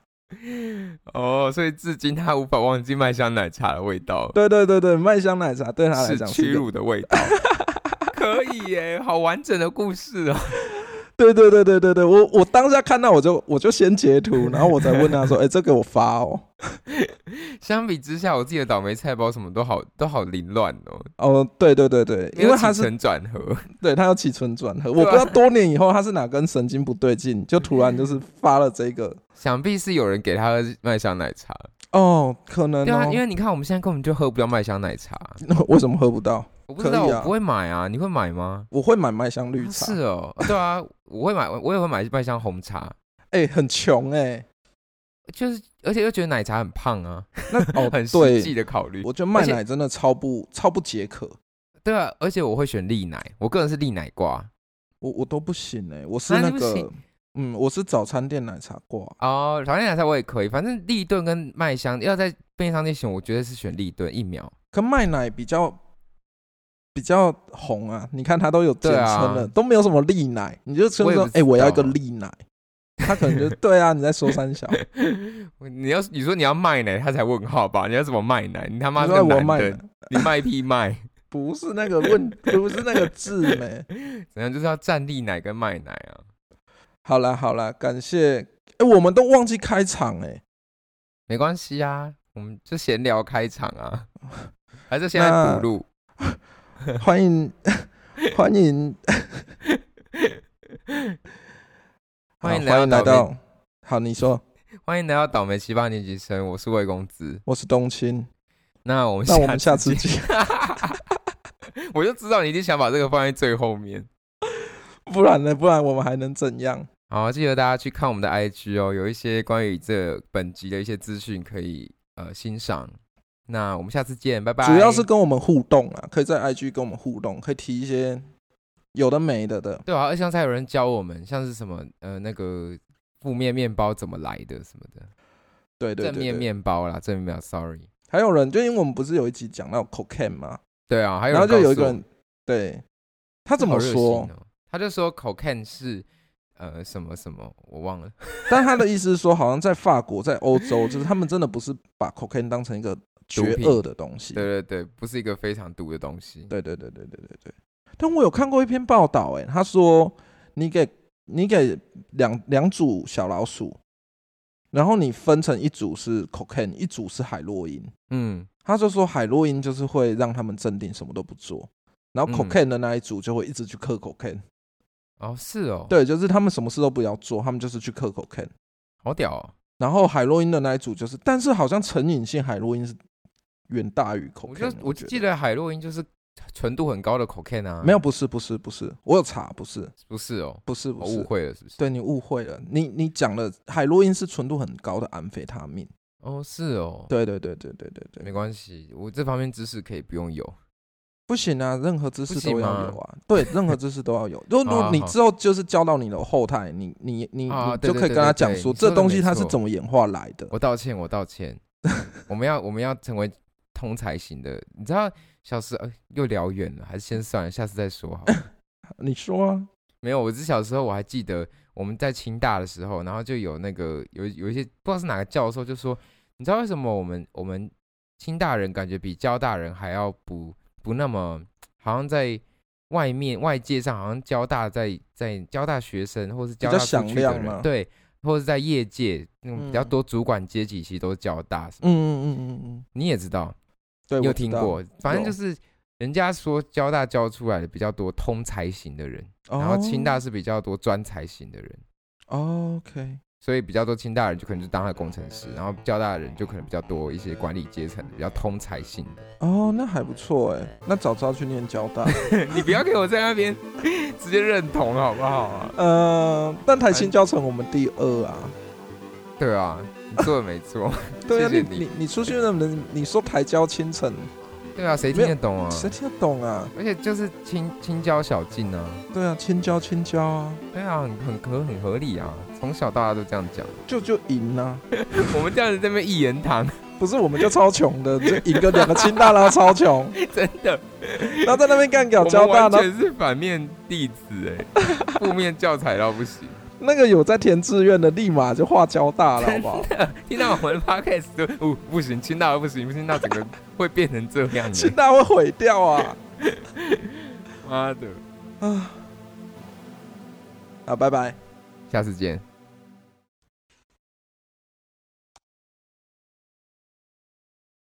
Speaker 1: 哦，所以至今他无法忘记麦香奶茶的味道，
Speaker 2: 对对对对，麦香奶茶对他来
Speaker 1: 是
Speaker 2: 讲是
Speaker 1: 屈
Speaker 2: 一个
Speaker 1: 辱的味道。 可以耶，好完整的故事哦。
Speaker 2: 对对对对对对，我我当下看到我就我就先截图，然后我再问他说：“哎、这给我发哦。
Speaker 1: 相比之下，我自己的倒霉菜包什么都好，都好凌乱哦，”
Speaker 2: 哦，对对对对，
Speaker 1: 没
Speaker 2: 因
Speaker 1: 有
Speaker 2: 为他
Speaker 1: 起
Speaker 2: 是
Speaker 1: 承啊转合。
Speaker 2: 对他要起承转合，我不知道多年以后他是哪根神经不对劲，就突然就是发了这 个
Speaker 1: 想必是有人给他喝麦香奶茶，
Speaker 2: 哦，可能
Speaker 1: 对啊，因
Speaker 2: 哦，
Speaker 1: 为你看我们现在根本就喝不到麦香奶茶，
Speaker 2: 为什么喝不到？
Speaker 1: 我不知道，
Speaker 2: 可以啊
Speaker 1: 我不会买啊，你会买吗？
Speaker 2: 我会买麦香绿
Speaker 1: 啊
Speaker 2: 茶，
Speaker 1: 是哦，对啊，我会买，我也会买麦香红茶，
Speaker 2: 哎、很穷哎、
Speaker 1: 就是而且又觉得奶茶很胖啊，
Speaker 2: 那哦
Speaker 1: 很实际的
Speaker 2: 对，
Speaker 1: 考虑。
Speaker 2: 我觉得麦
Speaker 1: 而且
Speaker 2: 奶真的超不超不解渴，
Speaker 1: 对啊，而且我会选利奶，我个人是利奶挂
Speaker 2: 我我都不行哎、我是
Speaker 1: 啊
Speaker 2: 那
Speaker 1: 你不
Speaker 2: 个
Speaker 1: 行
Speaker 2: 嗯，我是早餐店奶茶挂。
Speaker 1: 哦，反正奶茶我也可以，反正利顿跟麦香要在便利商店选，我觉得是选利顿一秒。
Speaker 2: 可麦奶比较比较红啊，你看它都有简称
Speaker 1: 对
Speaker 2: 了，
Speaker 1: 啊
Speaker 2: 都没有什么利奶，你就称
Speaker 1: 我也
Speaker 2: 说
Speaker 1: 不，知
Speaker 2: 哎、我要一
Speaker 1: 道啊
Speaker 2: 个利奶，他可能就 对啊，你在说三小，
Speaker 1: 你要你说你要卖奶，他才问号吧？你要怎么卖奶？你他 妈
Speaker 2: 你
Speaker 1: 是
Speaker 2: 说
Speaker 1: 个
Speaker 2: 哎我
Speaker 1: 男
Speaker 2: 卖
Speaker 1: 的
Speaker 2: 奶，
Speaker 1: 你卖屁卖，
Speaker 2: 不是那个问，不是那个字没。
Speaker 1: 怎样就是要站立奶跟卖奶啊？
Speaker 2: 好啦好啦，感谢，哎、我们都忘记开场哎、
Speaker 1: 没关系啊，我们就闲聊开场 啊，还是现在补录？
Speaker 2: 欢迎 欢 迎好
Speaker 1: 欢迎来
Speaker 2: 欢迎来
Speaker 1: 到倒霉，
Speaker 2: 到，好你说，
Speaker 1: 欢迎来到倒霉七八年级生，我是魏公子。
Speaker 2: 我是 冬青，
Speaker 1: 那我们
Speaker 2: 那我们下
Speaker 1: 下
Speaker 2: 次
Speaker 1: 次见，
Speaker 2: 见，
Speaker 1: 我就知道你一定想把这个放在最后面。
Speaker 2: 不然呢？不然我们还能怎样？
Speaker 1: 好，记得大家去看我们的 IG 哦，有一些关于这本集的一些资讯可以呃欣赏。那我们下次见，拜拜。
Speaker 2: 主要是跟我们互动啊，可以在 IG 跟我们互动，可以提一些有的没的的。
Speaker 1: 对啊，而且像才有人教我们，像是什么呃那个负面面包怎么来的什么的，
Speaker 2: 对对对
Speaker 1: 正面
Speaker 2: 对
Speaker 1: 面包啦，正面面包，sorry。
Speaker 2: 还有人，就因为我们不是有一集讲到 cocaine 吗？
Speaker 1: 对啊，还有
Speaker 2: 然后就
Speaker 1: 告诉
Speaker 2: 有一个
Speaker 1: 我
Speaker 2: 人，对他怎
Speaker 1: 好
Speaker 2: 么
Speaker 1: 热
Speaker 2: 说
Speaker 1: 心？哦？他就说 cocaine 是呃什么什么，我忘了。
Speaker 2: 但他的意思是说，好像在法国、在欧洲，就是他们真的不是把 cocaine 当成一个绝恶的东西。
Speaker 1: 对对对，不是一个非常毒的东西。
Speaker 2: 对对对对对对对。但我有看过一篇报道，哎，他说你给你给两两组小老鼠，然后你分成一组是 cocaine，一组是海洛因。
Speaker 1: 嗯，
Speaker 2: 他就说海洛因就是会让他们镇定，什么都不做。然后
Speaker 1: 嗯
Speaker 2: cocaine 的那一组就会一直去嗑 cocaine，、
Speaker 1: 哦是哦，，
Speaker 2: 对，就是他们什么事都不要做，他们就是去嗑 cocaine。
Speaker 1: 好屌哦。
Speaker 2: 然后海洛因的那一组就是，但是好像成瘾性海洛因是远大于 cocaine
Speaker 1: 我就
Speaker 2: 啊觉得。
Speaker 1: 我就记得海洛因就是纯度很高的 cocaine 啊，
Speaker 2: 没有，不是不是不是，我有查，不是
Speaker 1: 不是哦，
Speaker 2: 不是不
Speaker 1: 我
Speaker 2: 是，
Speaker 1: 误会了是不是？
Speaker 2: 对你误会了，你你讲了海洛因是纯度很高的安非他命。
Speaker 1: 哦是哦，
Speaker 2: 对对对对对对对，
Speaker 1: 没关系，我这方面知识可以不用有。
Speaker 2: 不行啊，任何知识
Speaker 1: 不行
Speaker 2: 都要
Speaker 1: 吗
Speaker 2: 有啊，对，任何知识都要有。 如果如
Speaker 1: 好
Speaker 2: 果
Speaker 1: 好
Speaker 2: 你
Speaker 1: 好
Speaker 2: 之后就是教到你的后代，你你你
Speaker 1: 啊
Speaker 2: 你
Speaker 1: 对对
Speaker 2: 就可以
Speaker 1: 对
Speaker 2: 跟他
Speaker 1: 对
Speaker 2: 讲
Speaker 1: 对
Speaker 2: 说
Speaker 1: 你说
Speaker 2: 这
Speaker 1: 的
Speaker 2: 东
Speaker 1: 没
Speaker 2: 西它是
Speaker 1: 错
Speaker 2: 怎么演化来的。
Speaker 1: 我道歉，我道 歉。我们要我们要成为通才型的，你知道小时候、呃又聊远了，还是先算了，下次再说好了。
Speaker 2: 你说啊，
Speaker 1: 没有，我是小时候我还记得我们在清大的时候，然后就有那个有有一些不知道是哪个教授就说，你知道为什么我们我们清大人感觉比交大人还要不不那么好像在外面外界上好像交大在在交大学生或是交大
Speaker 2: 比较
Speaker 1: 出去
Speaker 2: 响
Speaker 1: 的
Speaker 2: 亮嘛
Speaker 1: 人对，或是在业界那种
Speaker 2: 嗯
Speaker 1: 比较多主管阶级其实都是交大什么，
Speaker 2: 嗯嗯嗯嗯嗯，
Speaker 1: 你也知道，
Speaker 2: 对，
Speaker 1: 你有
Speaker 2: 我知
Speaker 1: 听
Speaker 2: 道哦
Speaker 1: 过，反正就
Speaker 2: 有
Speaker 1: 是人家说交大教出来的比较多通才型的人。然后清大是比较多专才型的人，
Speaker 2: 哦，OK，
Speaker 1: 所以比较多清大人就可能就当他的工程师，然后交大的人就可能比较多一些管理阶层的比较通才性的。
Speaker 2: 哦，那还不错哎，那早知道去念交大，
Speaker 1: 你不要给我在那边 直接认同好不好啊？
Speaker 2: 呃，但台新教程我们第二啊，
Speaker 1: 对啊，你说的没错。
Speaker 2: 对啊，
Speaker 1: 谢
Speaker 2: 你
Speaker 1: 谢你
Speaker 2: 你你出去能不能你说台交清城，
Speaker 1: 对啊，谁听得懂啊？
Speaker 2: 谁听得懂啊？
Speaker 1: 而且就是青青椒小径啊，
Speaker 2: 对啊，千交千交啊，
Speaker 1: 对啊，很很合很合理啊，从小到大都这样讲。
Speaker 2: 就就赢啊，
Speaker 1: 我们这样子在那边一言堂，
Speaker 2: 不是我们就超穷的， 就赢个两个清大啦，超穷，
Speaker 1: 真的，
Speaker 2: 然后在那边干
Speaker 1: 我
Speaker 2: 掉交
Speaker 1: 们
Speaker 2: 大，
Speaker 1: 完
Speaker 2: 然后
Speaker 1: 全是反面弟子哎、 负面教材到不行。
Speaker 2: 那个有在填志愿的，立马就画交大了，好 不好？
Speaker 1: 听到我们 podcast 就哦不行，听到不行，听到整个会变成这样
Speaker 2: 清
Speaker 1: 的，
Speaker 2: 大会毁掉啊！
Speaker 1: 妈的！
Speaker 2: 啊，拜拜。
Speaker 1: 下次见。